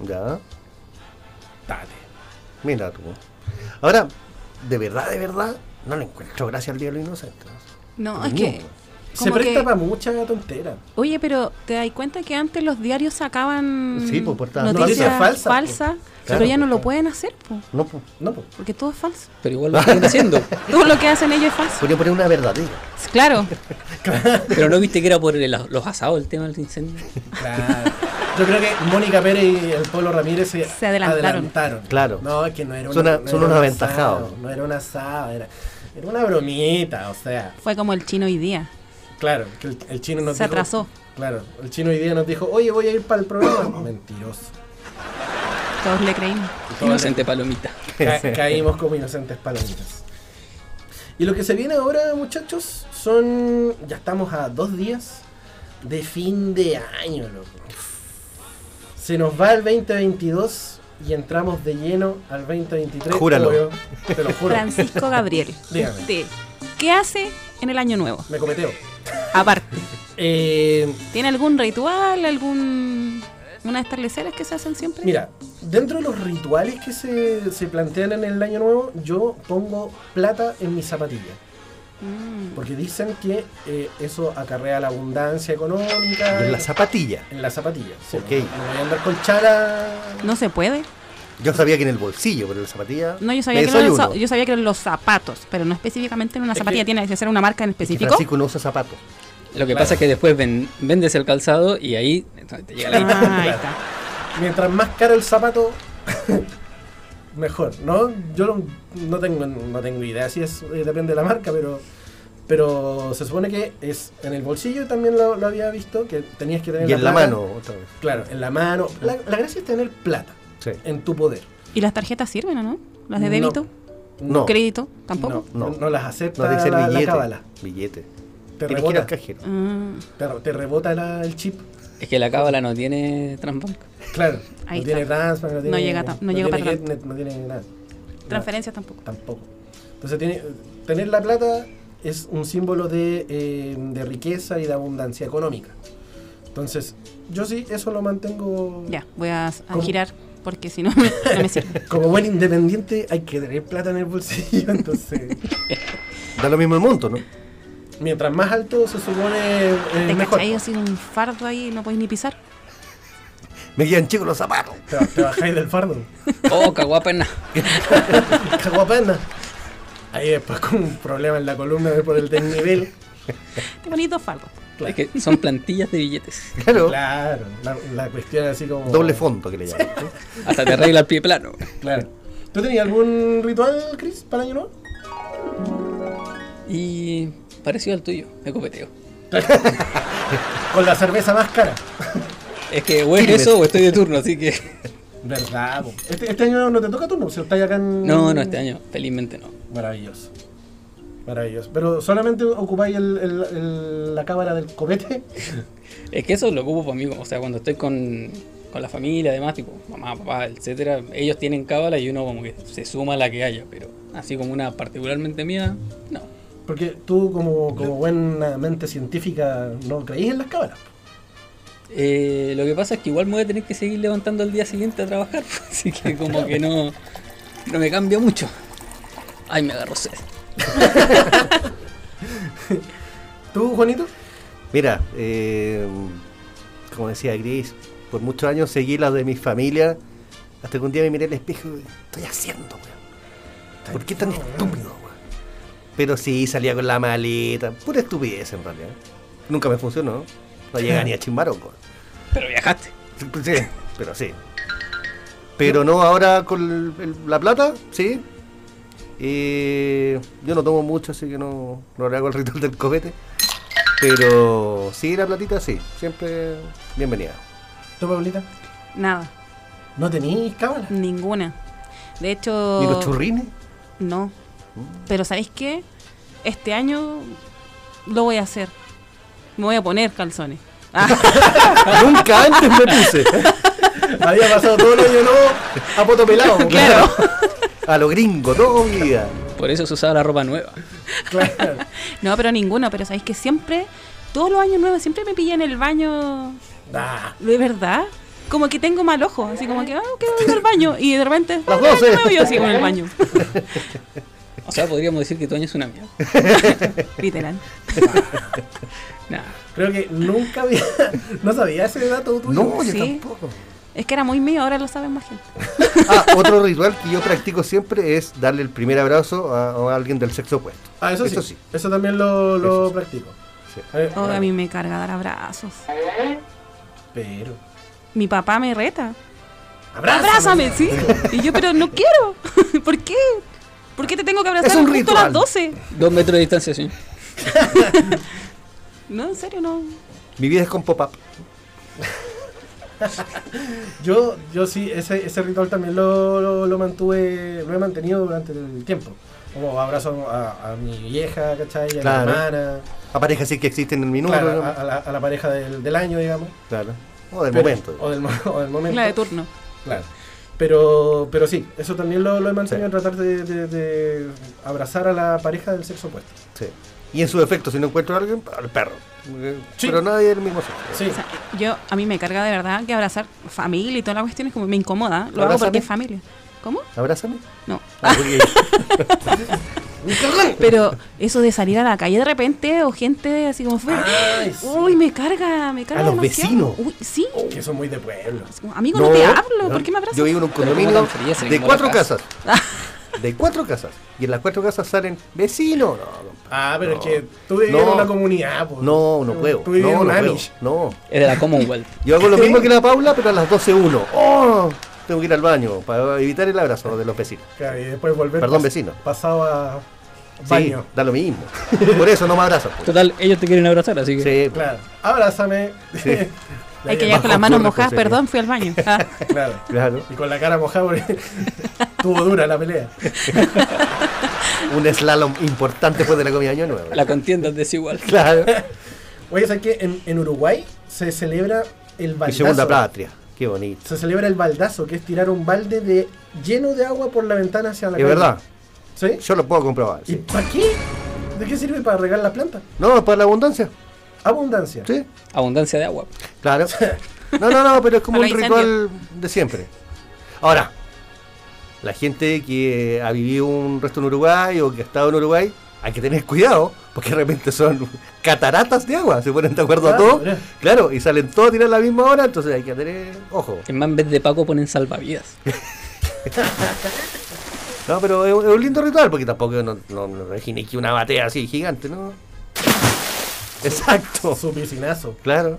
ya.
Dale.
Mira tú. Ahora, de verdad, de verdad, no le encuentro gracia al Día de los Inocentes.
No,
Pero
es
no.
que...
Uh, Se
como
presta
que-
para mucha tontera.
Oye, pero ¿te das cuenta que antes los diarios sacaban
Sí, pues, portadas
noticias,
falsas.
falsas?
Claro,
pero ya no lo
pues.
pueden hacer, pues,
No, pues,
No, po.
porque todo es falso.
Pero igual lo siguen haciendo.
Todo lo que hacen ellos es falso.
podría poner una verdadera.
Claro,
Pero no viste que era por el- los asados el tema del incendio.
Claro. Yo creo que Mónica Pérez y el Polo Ramírez se,
Se adelantaron.
Claro.
No, es que no era
Son
no
a- son
era
unos
un
aventajados.
asado, No era un asado, era, era una bromita, o sea.
fue como el chino hoy día.
Claro, que el, el chino nos
Se
dijo-
atrasó.
Claro, el chino hoy día nos dijo, oye, voy a ir para el programa. Mentiroso.
Todos le creímos.
Inocente palomita.
Ca- caímos como inocentes palomitas. Y lo que se viene ahora, muchachos, son. Ya estamos a dos días de fin de año, loco. Se nos va el 2022 y entramos de lleno al 2023.
Júralo.
obvio. te lo juro.
Francisco Gabriel.
Dígame.
Usted, ¿Qué hace en el año nuevo?
Me cometeo.
Aparte,
Eh,
¿tiene algún ritual, algún una de estas leceras que se hacen siempre?
mira, dentro de los rituales que se, se plantean en el año nuevo, yo pongo plata en mis zapatillas.
Mm.
Porque dicen que eh, eso acarrea la abundancia económica.
En la zapatilla.
En la zapatilla. Sí,
Ok.
No, no voy a andar con chala.
No se puede.
Yo sabía que en el bolsillo, pero en la zapatilla.
No, yo sabía,
me
que eran los,
desayuno.
za- yo sabía que eran los zapatos, pero no específicamente en una
Es
zapatilla.
que-
Tiene que ser una marca en
Es que
específico.
Francisco no usa zapatos.
Lo que
Claro.
pasa es que después ven- vendes el calzado y ahí te llega la guita.
Ah, ahí está.
Mientras más caro el zapato, mejor, ¿no? Yo no, no tengo, no tengo idea, si es, eh, depende de la marca, pero, pero se supone que es en el bolsillo también lo, lo había visto, que tenías que tener
Y en la
plata.
mano, otra vez.
Claro, en la mano. La, la gracia es tener plata
Sí.
en tu poder.
¿Y las tarjetas sirven o no? ¿Las de
No.
débito?
No.
¿Crédito? ¿Tampoco?
No,
No.
no las acepta
No dice
la, la
billete.
cábala.
Billete.
Te
Tienes que ir al
rebota,
cajero.
Mm,
te, te rebota la- el chip.
Es que la cábala no tiene transbanco.
Claro,
Ahí
no tiene
está.
transfer, no tiene.
llega tam- no llega
tiene
para
Getnet, No tiene nada.
transferencias tampoco.
Nada, tampoco. Entonces, tiene, tener la plata es un símbolo de, eh, de riqueza y de abundancia económica. Entonces, yo sí, eso lo mantengo.
Ya, voy a, a
¿Cómo?
girar porque si no, me- no me sirve.
Como buen independiente, hay que tener plata en el bolsillo. Entonces,
Da lo mismo el monto, ¿no?
mientras más alto se supone, eh,
¿Te
mejor.
cachai? Así un fardo ahí no podéis ni pisar.
Me quedan chicos los zapatos.
Te, ba- te bajáis del fardo.
Oh, caguapena.
Caguapana. Ahí después con un problema en la columna por el desnivel.
Qué bonito fardo.
Claro.
Es que son plantillas de billetes.
Claro.
Claro, la, la cuestión así como.
Doble fondo que le llaman.
Hasta te arregla el pie plano.
Claro. ¿Tú tenías algún ritual, Chris, para año nuevo?
Y parecido al tuyo, me copeteo.
Con la cerveza más cara.
Es que o es eso o estoy de turno, así que.
Verdad, po. este, este año no te toca turno, si estás acá en.
No, no, este año, felizmente no.
Maravilloso. Maravilloso. Pero solamente ocupáis el- el- el- la cámara del copete.
Es que eso lo ocupo para mí, o sea, cuando estoy con, con la familia, además, tipo mamá, papá, etcétera, ellos tienen cábala y uno como que se suma a la que haya, pero así como una particularmente mía, no.
Porque tú, como, como buena mente científica, no creís en las cámaras.
Eh, lo que pasa es que igual me voy a tener que seguir levantando al día siguiente a trabajar, así que como que no, no me cambia mucho. Ay, me agarró sed.
¿Tú, Juanito?
Mira, eh, como decía Gris, por muchos años seguí las de mi familia. Hasta que un día me miré al espejo y dije, ¿qué estoy haciendo, weón? ¿Por qué tan estúpido, weón? Pero sí, salía con la maleta. Pura estupidez, en realidad. Nunca me funcionó. No llegaba ni a Chimbarongo.
Pero viajaste.
Sí, pues, sí, pero sí. Pero no, ahora con el- el- la plata, sí. Eh, yo no tomo mucho, así que no, no le hago el ritual del copete. Pero sí, la platita, sí. Siempre bienvenida.
¿Tú, Pablita?
Nada,
¿No tenéis cámara?
ninguna. De hecho.
¿Y
Oh.
los Mm. churrines?
No. Pero ¿sabéis qué? Este año lo voy a hacer. Me voy a poner calzones. Ah,
Nunca antes me puse.
Había pasado todo el año nuevo a poto pelado.
claro.
A lo gringo, todo mi vida.
Por eso se usaba la ropa nueva.
claro.
No, pero ninguno. Pero ¿sabéis que siempre, todos los años nuevos, siempre me pilla en el baño.
Nah.
¿De verdad? Como que tengo mal ojo. Así como que, ah, que voy a ir al baño. Y de repente,
Las
ah, año
12.
nuevo, y yo así como en el baño.
O sea, podríamos decir que tu año es una mierda.
Literal.
Nada.
Creo que nunca había. No sabía ese dato tuyo.
No, yo
Sí.
tampoco.
Es que era muy mío, ahora lo saben más gente.
Ah, otro ritual que yo practico siempre es darle el primer abrazo a, a alguien del sexo opuesto.
Ah, eso sí.
Eso
Eso,
sí.
también lo, lo
Eso sí.
practico. Eh,
Sí.
A ver,
Oh, a mí me carga dar abrazos.
Pero.
Mi papá me reta.
¡Abrazo!
abrázame, sí. Y yo, pero no quiero. ¿Por qué? ¿Por qué te tengo que abrazar
Es un
justo a
ritual.
las 12?
Dos metros de distancia, sí.
No, en serio, no.
Mi vida es con pop-up.
Yo, yo sí, ese, ese ritual también lo, lo, lo mantuve, lo he mantenido durante el tiempo. Como abrazo a, a mi vieja, ¿cachai? A
Claro.
mi hermana,
A parejas sí que existen en mi número.
claro,
¿no?
a, a la, a la pareja del, del año, digamos.
Claro. O del
Pero-
momento.
O del, mo- o del momento.
La de turno.
Claro. Pero, pero sí, eso también lo, lo he mantenido,
Sí.
tratar de, de- de abrazar a la pareja del sexo opuesto.
Sí. Y en su defecto, si no encuentro a alguien, al perro. Eh,
Sí.
Pero nadie del mismo sexo.
Sí,
O sea, yo, a mí me carga de verdad que abrazar familia y todas las cuestiones como me incomoda. Lo hago
¿Abrázame?
porque es familia. ¿Cómo?
Abrázame.
No.
Ah, ok.
Pero eso de salir a la calle de repente o gente así como fue.
Ay, sí.
Uy, me carga, me carga.
los
demasiado.
vecinos. Oh.
Uy, sí.
que son muy de pueblo.
Es como, Amigo, no, te hablo.
no.
¿Por qué me abrazas?
Yo vivo en un
Pero como
condominio
tan fría, se
de
limpió
cuatro
la casa.
casas. De cuatro casas. Y en las cuatro casas salen vecinos. No, compadre.
Ah, pero
No.
es que tú vivías en
No.
una comunidad, pues. po.
no, no puedo.
Tú vivías en
No,
un
no puedo.
Amish.
No.
Es de la Commonwealth.
Yo hago lo mismo que la Paula, pero a las 12.01. ¡Oh! Tengo que ir al baño para evitar el abrazo de los vecinos.
Claro, y después volver.
Perdón,
pas-
vecino.
Pasado a
Sí,
baño.
da lo mismo. Por eso no me abrazas. pues.
Total, ellos te quieren abrazar, así que.
Sí,
Claro, abrázame.
Hay que
ya
llegar con las manos
bajo tu
mojadas. Perdón, fui al baño. Ah.
Claro.
claro.
Y con la cara mojada porque estuvo dura la pelea.
Un slalom importante después de la comida de año nuevo.
La contienda es desigual.
Claro.
Oye, ¿sabes qué? En, en Uruguay se celebra el
Mi
baldazo.
segunda patria. Qué bonito.
Se celebra el baldazo, que es tirar un balde de lleno de agua por la ventana hacia la
Es verdad.
¿Sí?
Yo lo puedo comprobar.
¿Y
sí.
para qué? ¿De qué sirve para regar la planta?
No, para la abundancia.
Abundancia.
Sí,
Abundancia de agua.
claro. No, no, no, pero es como un
Para incendio.
ritual de siempre. Ahora, la gente que ha vivido un resto en Uruguay o que ha estado en Uruguay, hay que tener cuidado, porque de repente son cataratas de agua. Se ponen de acuerdo a
Claro,
todo.
mira.
Claro, y salen todos a tirar a la misma hora, entonces hay que tener ojo.
En más, en vez de Paco ponen salvavidas.
No, pero es un- es un lindo ritual, porque tampoco no, no, no imaginé que una batea así gigante, ¿no? Exacto.
Su piscinazo.
Claro.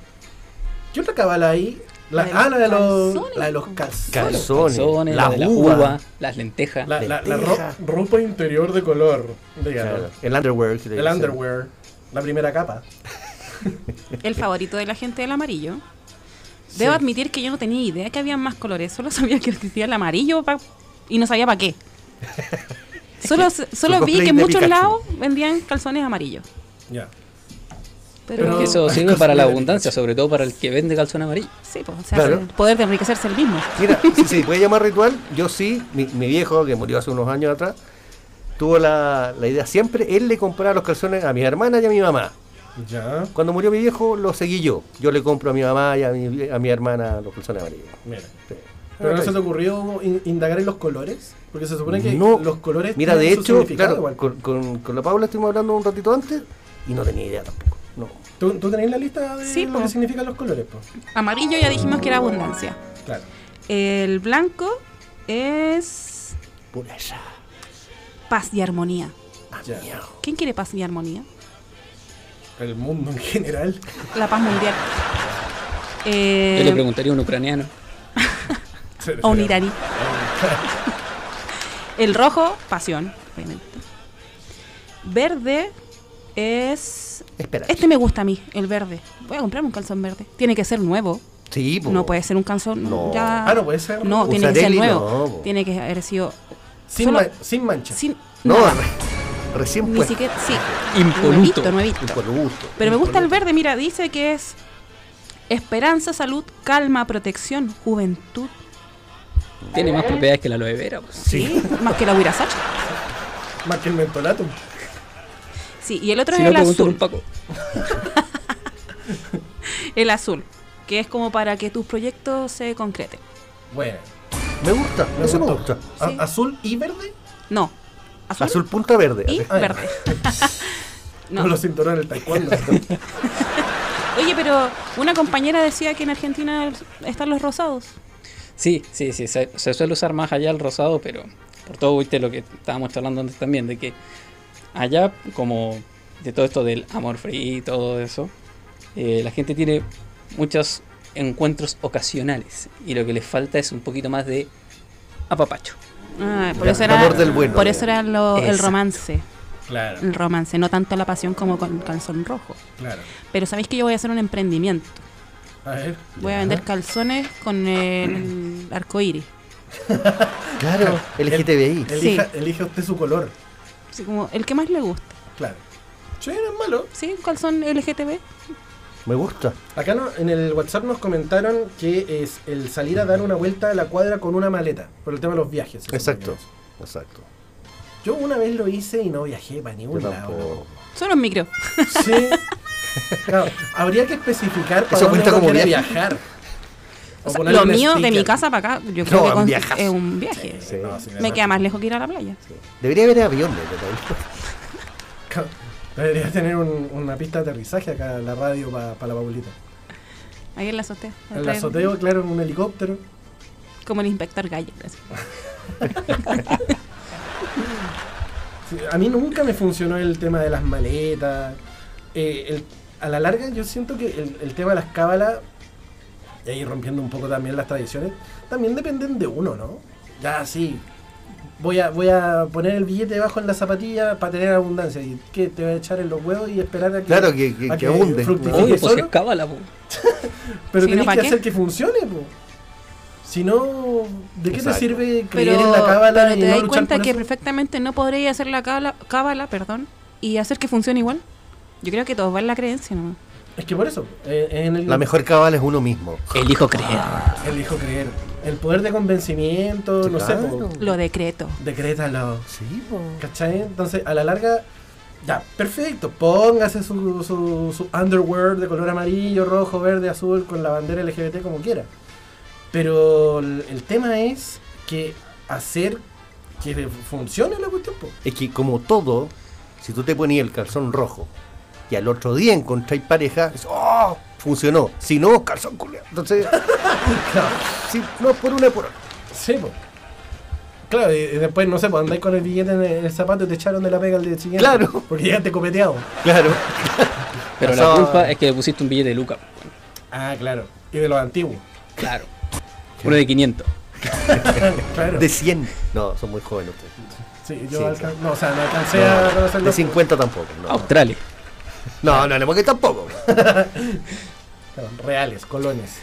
¿Qué otra cabala hay? La,
de
ah,
los
la de los,
calzones,
la de los
po.
calzones.
Calzones,
Calzones,
la,
la de la
uva,
uva, las lentejas.
La, la- la
lenteja.
ro- ropa interior de color,
o sea,
digamos.
el underwear. que le
El
dicen.
underwear. La primera capa.
El favorito de la gente del amarillo. Debo admitir que yo no tenía idea que había más colores, solo sabía que existía el amarillo pa- y no sabía para qué. Solo, solo vi
cosplay
que en
de
muchos
Pikachu.
lados vendían calzones amarillos.
Ya.
Pero,
Pero que eso sirve para la abundancia, sobre todo para el que vende calzón amarillo.
sí, pues, o sea,
Claro.
el poder de enriquecerse el mismo.
Mira, si se puede llamar ritual, yo sí, mi, mi viejo, que murió hace unos años atrás, tuvo la, la idea siempre, él le compraba los calzones a mi hermana y a mi mamá.
Ya.
Cuando murió mi viejo, lo seguí yo. Yo le compro a mi mamá y a mi, a mi hermana los calzones amarillos.
Mira.
Sí.
¿Pero no se te ocurrió in- indagar en los colores? Porque se supone que
No.
los colores.
Mira, de
tienen su
hecho,
significado
claro,
igual.
con, con- con la Paula estuvimos hablando un ratito antes y no tenía idea tampoco. No.
¿Tú, tú tenés la lista de
Sí,
lo
po.
que significan los colores, po?
Amarillo ya dijimos que era abundancia.
Claro.
El blanco es
Pureza.
paz y armonía.
Ah,
Ya.
¿Quién quiere paz y armonía?
El mundo en general.
La paz mundial.
Yo le
Eh,
preguntaría a un ucraniano.
a un iraní. El rojo, pasión, obviamente. Verde es.
Espera.
Este me gusta a mí, el verde. Voy a comprarme un calzón verde. Tiene que ser nuevo.
Sí, po.
No puede ser un calzón.
No.
ya-
Ah, no puede ser.
No, tiene que ser
Usarelli,
nuevo.
no, po.
tiene que haber sido.
Sin,
solo-
ma- sin mancha.
Sin,
No,
nada.
re- recién
Ni
pues.
siquiera. Sí.
Impoluto.
Nuevito, nuevito.
Impoluto.
Pero me gusta el verde, mira, dice que es esperanza, salud, calma, protección, juventud.
Tiene más propiedades que la aloe vera. pues.
Sí. Más que la Wirasacha.
Más que el mentolatum.
Sí, y el otro
Si
es
no,
el
pregunto por un
azul.
Paco.
El azul, que es como para que tus proyectos se concreten.
Bueno.
Me gusta,
me
eso me
gustó.
gusta.
A-
Sí.
Azul y verde.
No, azul,
Azul punta verde.
y
así.
Ah, ya.
verde. No.
Con los cinturones del taekwondo.
Oye, pero una compañera decía que en Argentina están los rosados.
Sí, sí, sí. Se, se suele usar más allá el rosado, pero por todo, viste lo que estábamos charlando antes también, de que allá, como de todo esto del amor free y todo eso, eh, la gente tiene muchos encuentros ocasionales y lo que les falta es un poquito más de apapacho.
Ah, por,
Ya,
eso
el
era,
amor del bueno.
por eso era lo- el
Exacto.
romance.
claro,
El romance, no tanto la pasión como con calzón rojo.
claro.
Pero sabéis que yo voy a hacer un emprendimiento.
A ver.
Voy a vender calzones con el arco iris.
Claro, LGTBI.
Elija, elige usted su color.
Así como el que más le guste.
Claro. Sí, no es malo.
¿Sí? Un calzón LGTB.
Me gusta.
Acá no- en el WhatsApp nos comentaron que es el salir a dar una vuelta a la cuadra con una maleta, por el tema de los viajes. se supone
Exacto.
que es.
Exacto.
Yo una vez lo hice y no viajé para
Yo
ningún lado.
tampoco.
Solo un micro.
Sí. Claro, habría que especificar para dónde
Eso cuenta
uno
como
quiere
viaje.
viajar. O
O sea,
ponerle
lo
un
mío de
sticker.
mi casa para acá, yo creo que
un
con-
viajazo.
es un viaje.
Sí.
No, sí,
Me queda más lejos que ir a la playa.
Debería haber aviones. ¿verdad?
Claro, Debería tener un- una pista de aterrizaje acá en la radio para la babulita.
Ahí en la azotea.
El azoteo, claro, en un helicóptero.
Como el inspector Gallo. así.
Sí, A mí nunca me funcionó el tema de las maletas. Eh, el- a la larga yo siento que el, el tema de las cábalas, y ahí rompiendo un poco también las tradiciones, también dependen de uno, ¿no? Ya sí. Voy a, voy a poner el billete debajo en la zapatilla para tener abundancia. ¿Y qué? ¿Te voy a echar en los huevos y esperar a que,
Claro, que- que-
a
que abunde.
fructifique
Obvio, pues si es
solo?
cábala, po.
Pero
Si no,
tenés
¿pa'
que
qué?
hacer que funcione, po. Si no, ¿de qué
Exacto.
te sirve creer
Pero,
en la cábala
pero
y
te
no
das
luchar
cuenta
por
que
eso?
perfectamente no podría hacer la cábala, cábala, perdón, y hacer que funcione igual. Yo creo que todo va en la creencia nomás.
Es que por eso, eh, en el,
La mejor cabala es uno mismo.
Elijo creer.
Ah,
Elijo creer. El poder de convencimiento, no sé,
Claro.
po,
Lo decreto.
decrétalo.
Sí, po.
¿Cachai? Entonces, a la larga, ya, perfecto. Póngase su, su, su underwear de color amarillo, rojo, verde, azul, con la bandera LGBT como quiera. Pero el, el tema es que hacer que funcione la cuestión, po.
Es que como todo, si tú te ponías el calzón rojo y al otro día encontráis pareja, es, ¡oh! Funcionó. Si no, calzón culiado. Entonces, si no es por una es por otra.
Sí, po. Claro, y, y después, no sé, pues andáis con el billete en el zapato y te echaron de la pega el día siguiente.
Claro.
Porque llegaste copeteado.
Claro.
Pero
Pasaba-
la culpa es que le pusiste un billete de Luca.
Ah, claro. Y de los antiguos.
Claro. Uno de 500.
Claro.
De 100. No, son muy jóvenes ustedes.
Sí, yo
Sí.
alcan- no, o sea, no Ah. alcancé a
No,
conocerlo.
de 50 tampoco. No,
Australia.
no, no, no, porque tampoco.
No, Reales, colones.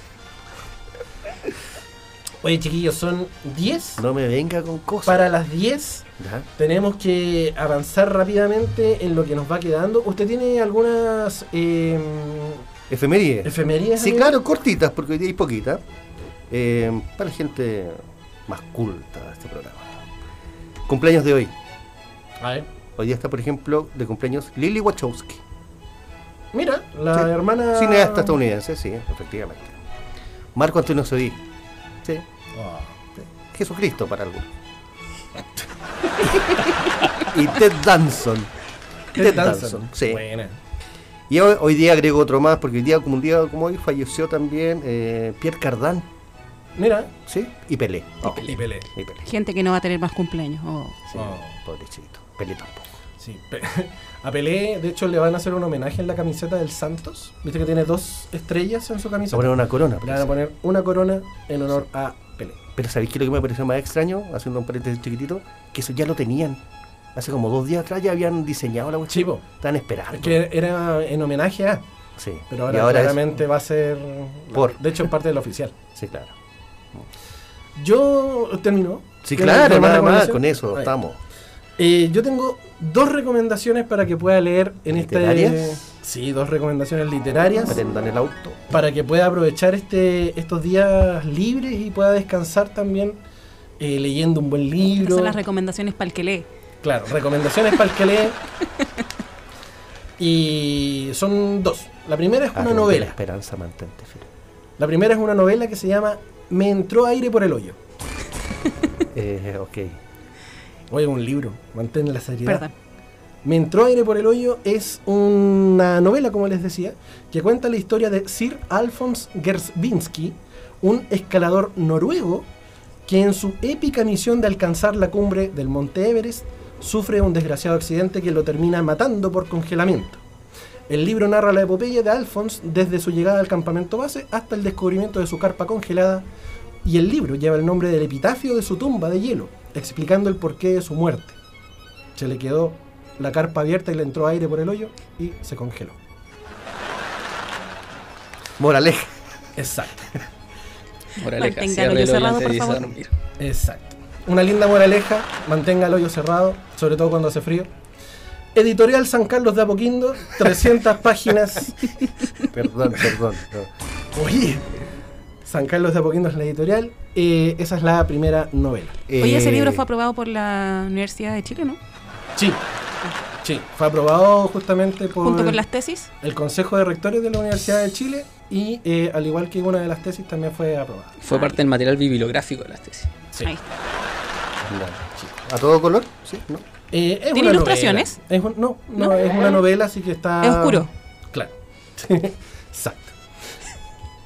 Oye, chiquillos, son 10.
No me venga con cosas.
Para las 10
Ya.
tenemos que avanzar rápidamente en lo que nos va quedando. ¿Usted tiene algunas eh,
Efeméride.
efemerías?
Sí,
amigo?
claro, cortitas, porque hoy día hay poquitas. Eh, para la gente más culta de este programa. Cumpleaños de hoy.
A ver.
Hoy día está, por ejemplo, de cumpleaños Lily Wachowski.
Mira, la
Sí.
Ah, hermana...
Cineasta estadounidense, sí, efectivamente. Marco Antonio Sodí. Sí.
Ah.
Jesucristo para algunos. y Ted Danson.
Ted Danson.
Sí.
Buena.
Y hoy, hoy día agrego otro más, porque hoy día, como un día como hoy, falleció también eh, Pierre Cardin,
Mira.
¿sí? Y Pelé. Oh,
Y Pelé.
y Pelé.
Gente que no va a tener más cumpleaños. oh.
Sí,
Oh.
pobrecito. Pelé tampoco.
Sí, pe- a Pelé, de hecho, le van a hacer un homenaje en la camiseta del Santos. Viste que tiene dos estrellas en su
Se
camiseta.
poner una corona.
Le van a
parece.
poner una corona en honor a Pelé.
Pero ¿sabéis qué es lo que me pareció más extraño? Haciendo un paréntesis chiquitito, que eso ya lo tenían. Hace como dos días atrás ya habían diseñado la cuestión.
Chivo.
Estaban esperando.
Es que era en homenaje a,
Sí.
pero
y
ahora,
ahora es-
claramente va a ser.
Por.
De hecho, es parte del oficial.
Sí, claro.
Yo termino.
Sí,
¿Tiene alguna
claro, nada más,
recomendación?
con eso
Ahí.
estamos.
Eh, yo tengo dos recomendaciones para que pueda leer en este.
¿Literarias?
Sí, dos recomendaciones literarias.
Prendan el auto.
para que pueda aprovechar este, estos días libres y pueda descansar también eh, leyendo un buen
Esas
libro.
son las recomendaciones para el que lee.
claro, recomendaciones para el que lee. Y son dos. La primera es
Ah,
una
de
novela.
la Esperanza mantente firme.
La primera es una novela que se llama Me entró aire por el hoyo.
Eh, ok.
Oye, un libro, mantén la seriedad.
Perdón.
Me entró aire por el hoyo es una novela, como les decía, que cuenta la historia de Sir Alphonse Gersbinski, un escalador noruego que en su épica misión de alcanzar la cumbre del Monte Everest sufre un desgraciado accidente que lo termina matando por congelamiento. El libro narra la epopeya de Alphonse desde su llegada al campamento base hasta el descubrimiento de su carpa congelada y el libro lleva el nombre del epitafio de su tumba de hielo, explicando el porqué de su muerte. Se le quedó la carpa abierta y le entró aire por el hoyo y se congeló.
Moraleja.
Exacto,
Moraleja,
Mantenga el
cierre
hoyo
el hoyo
cerrado,
antes
por
de
favor.
irse a dormir.
exacto. Una linda moraleja, mantenga el hoyo cerrado, sobre todo cuando hace frío. Editorial San Carlos de Apoquindo, 300 páginas.
Perdón, perdón. no.
Oye, San Carlos de Apoquindo es la editorial. Eh, esa es la primera novela.
Oye, ese
Eh,
libro fue aprobado por la Universidad de Chile, ¿no?
Sí, sí, fue aprobado justamente por
Junto con las tesis.
el Consejo de Rectores de la Universidad de Chile y eh, al igual que una de las tesis también fue aprobada.
Fue parte del material bibliográfico de las tesis.
Sí.
Ahí está.
no. ¿A todo color? Sí, ¿no?
Eh, es
¿Tiene
una
ilustraciones?
novela. Es un- no, no,
¿No? Ah.
es una novela, así que está.
Es oscuro.
Claro. Exacto.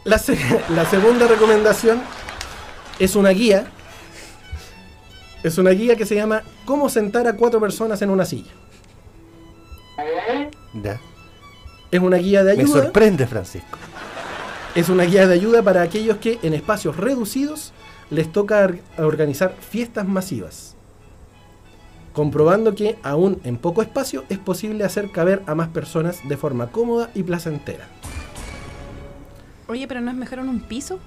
La, se- la segunda recomendación es una guía. Es una guía que se llama Cómo sentar a cuatro personas en una silla.
Ya.
Es una guía de
Me
ayuda.
sorprende, Francisco.
Es una guía de ayuda para aquellos que en espacios reducidos les toca ar- organizar fiestas masivas. Comprobando que aún en poco espacio es posible hacer caber a más personas de forma cómoda y placentera.
Oye, pero no es mejor en un piso.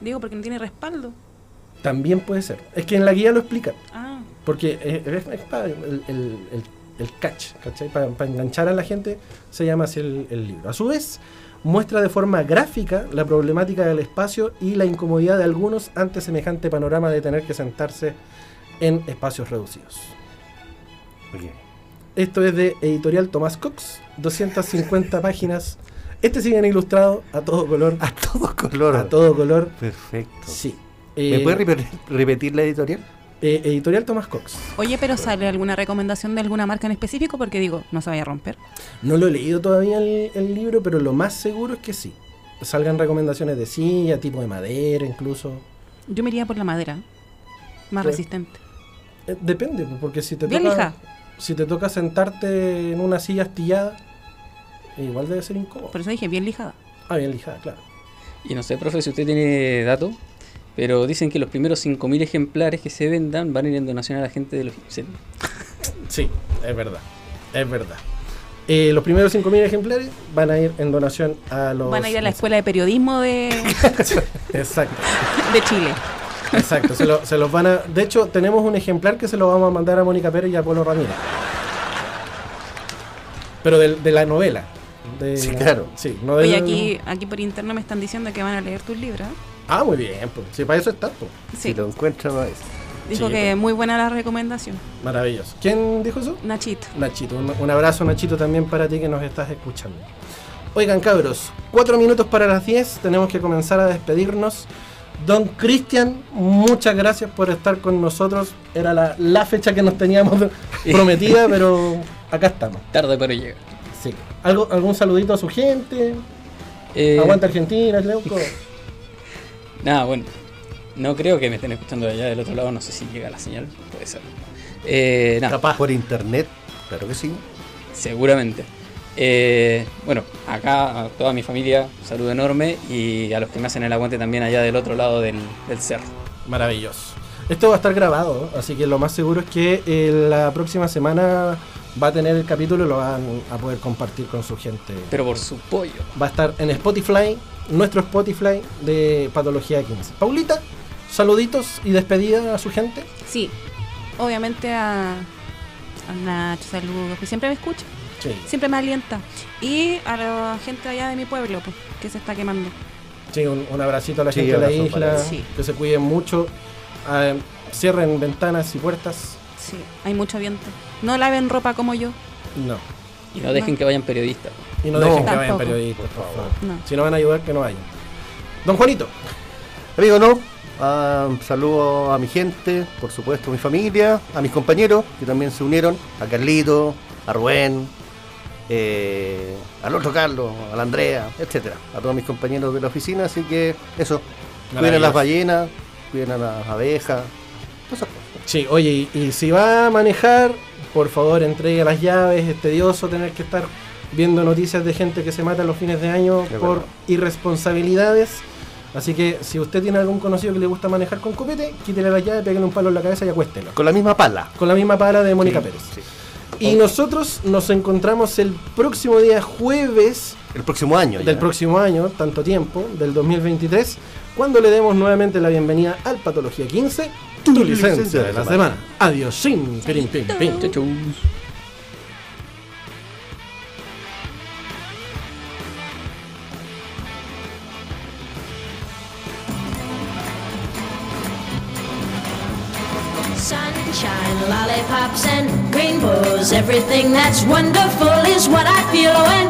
Digo, porque no tiene respaldo.
También puede ser. Es que en la guía lo explica.
Ah,
Porque es, es- es pa- el, el- el- el catch, ¿cachai? Para enganchar a la gente se llama así el, el libro. A su vez, muestra de forma gráfica la problemática del espacio y la incomodidad de algunos ante semejante panorama de tener que sentarse en espacios reducidos.
Oye,
Esto es de editorial Tomás Cox, 250 páginas. Este sí viene ilustrado a todo color.
A todo color.
A todo color,
Perfecto.
sí.
¿Me
Eh,
puedes repe- repetir la editorial?
eh, editorial Tomás Cox.
Oye, pero sale alguna recomendación de alguna marca en específico porque digo, no se vaya a romper.
No lo he leído todavía el, el libro, pero lo más seguro es que sí. Salgan recomendaciones de silla, tipo de madera, incluso.
Yo me iría por la madera, más
Sí.
resistente.
Eh, depende, pues, porque si te
Bien
toca,
lija,
si te toca sentarte en una silla astillada, eh, igual debe ser incómodo.
por eso dije bien lijada.
Ah, bien lijada, claro.
Y no sé, profe, si usted tiene datos, pero dicen que los primeros 5.000 ejemplares que se vendan van a ir en donación a la gente de los incendios.
Sí, es verdad. Es verdad. Eh, los primeros 5.000 ejemplares van a ir en donación a los...
Van a ir a la escuela de periodismo de,
Exacto,
de Chile.
exacto. se, lo- se los van a... De hecho, tenemos un ejemplar que se lo vamos a mandar a Mónica Pérez y a Polo Ramírez. Pero del- de, la novela. De
Sí,
la-
claro.
Sí, no
Oye,
del-
aquí, aquí por interno me están diciendo que van a leer tus libros. ¿eh?
Ah, muy bien. Pues, sí, para eso está. pues.
Sí,
Si lo encuentran, no es.
dijo
sí,
que
pues.
muy buena la recomendación.
Maravilloso. ¿Quién dijo eso?
Nachito.
Nachito, un, un abrazo Nachito también para ti que nos estás escuchando. Oigan cabros, cuatro minutos para las 10, tenemos que comenzar a despedirnos. Don Cristian, muchas gracias por estar con nosotros. Era la, la fecha que nos teníamos prometida, pero acá estamos.
Tarde, pero llega.
Sí. ¿Algo, ¿Algún saludito a su gente?
Eh,
Aguanta Argentina, Leuco.
Nada, bueno. No creo que me estén escuchando de allá del otro lado. No sé si llega la señal. Puede ser. Eh, nada,
Capaz. Por internet, claro que sí.
seguramente. Eh, bueno, acá a toda mi familia, un saludo enorme. Y a los que me hacen el aguante también allá del otro lado del, del cerro.
Maravilloso. Esto va a estar grabado, así que lo más seguro es que eh, la próxima semana va a tener el capítulo y lo van a poder compartir con su gente.
Pero por su pollo.
va a estar en Spotify, nuestro Spotify de Patología 15. Paulita, saluditos y despedida a su gente.
Sí, obviamente a, a Nacho, saludos, que siempre me escucha,
Sí.
siempre me alienta. Y a la gente allá de mi pueblo, pues, que se está quemando.
un, un abracito a la
Sí,
gente de la
abrazo para
isla,
ellos. Sí.
que se cuiden mucho, Ah, cierren ventanas y puertas.
Sí, hay mucho viento. No laven ropa como yo.
No.
Y no dejen que vayan periodistas.
Y no,
No.
dejen que vayan
Tampoco.
periodistas, por favor.
No.
Si no van a ayudar, que no vayan. Don Juanito,
Amigo, no. Ah, saludo a mi gente, por supuesto, a mi familia, a mis compañeros que también se unieron, a Carlito, a Rubén, eh, al otro Carlos, a la Andrea, etcétera, a todos mis compañeros de la oficina, así que eso, cuiden a las ballenas, cuiden a las abejas, todas esas cosas.
Sí, oye, y, y si va a manejar, por favor entregue las llaves, es tedioso tener que estar viendo noticias de gente que se mata los fines de año
Es
por
verdad.
irresponsabilidades. Así que si usted tiene algún conocido que le gusta manejar con copete, quítele las llaves, pégale un palo en la cabeza y acuéstelo.
Con la misma pala.
Con la misma pala de Mónica
Sí,
Pérez.
sí.
Y nosotros nos encontramos el próximo día jueves
El próximo año. ya.
del próximo año, tanto tiempo, del 2023, cuando le demos nuevamente la bienvenida al Patología 15, tu, licencia, de la semana. Adiós, sin pirin, pin, pin.
Chau, chau.
Sunshine, lollipops, and rainbows. Everything that's wonderful is what I feel when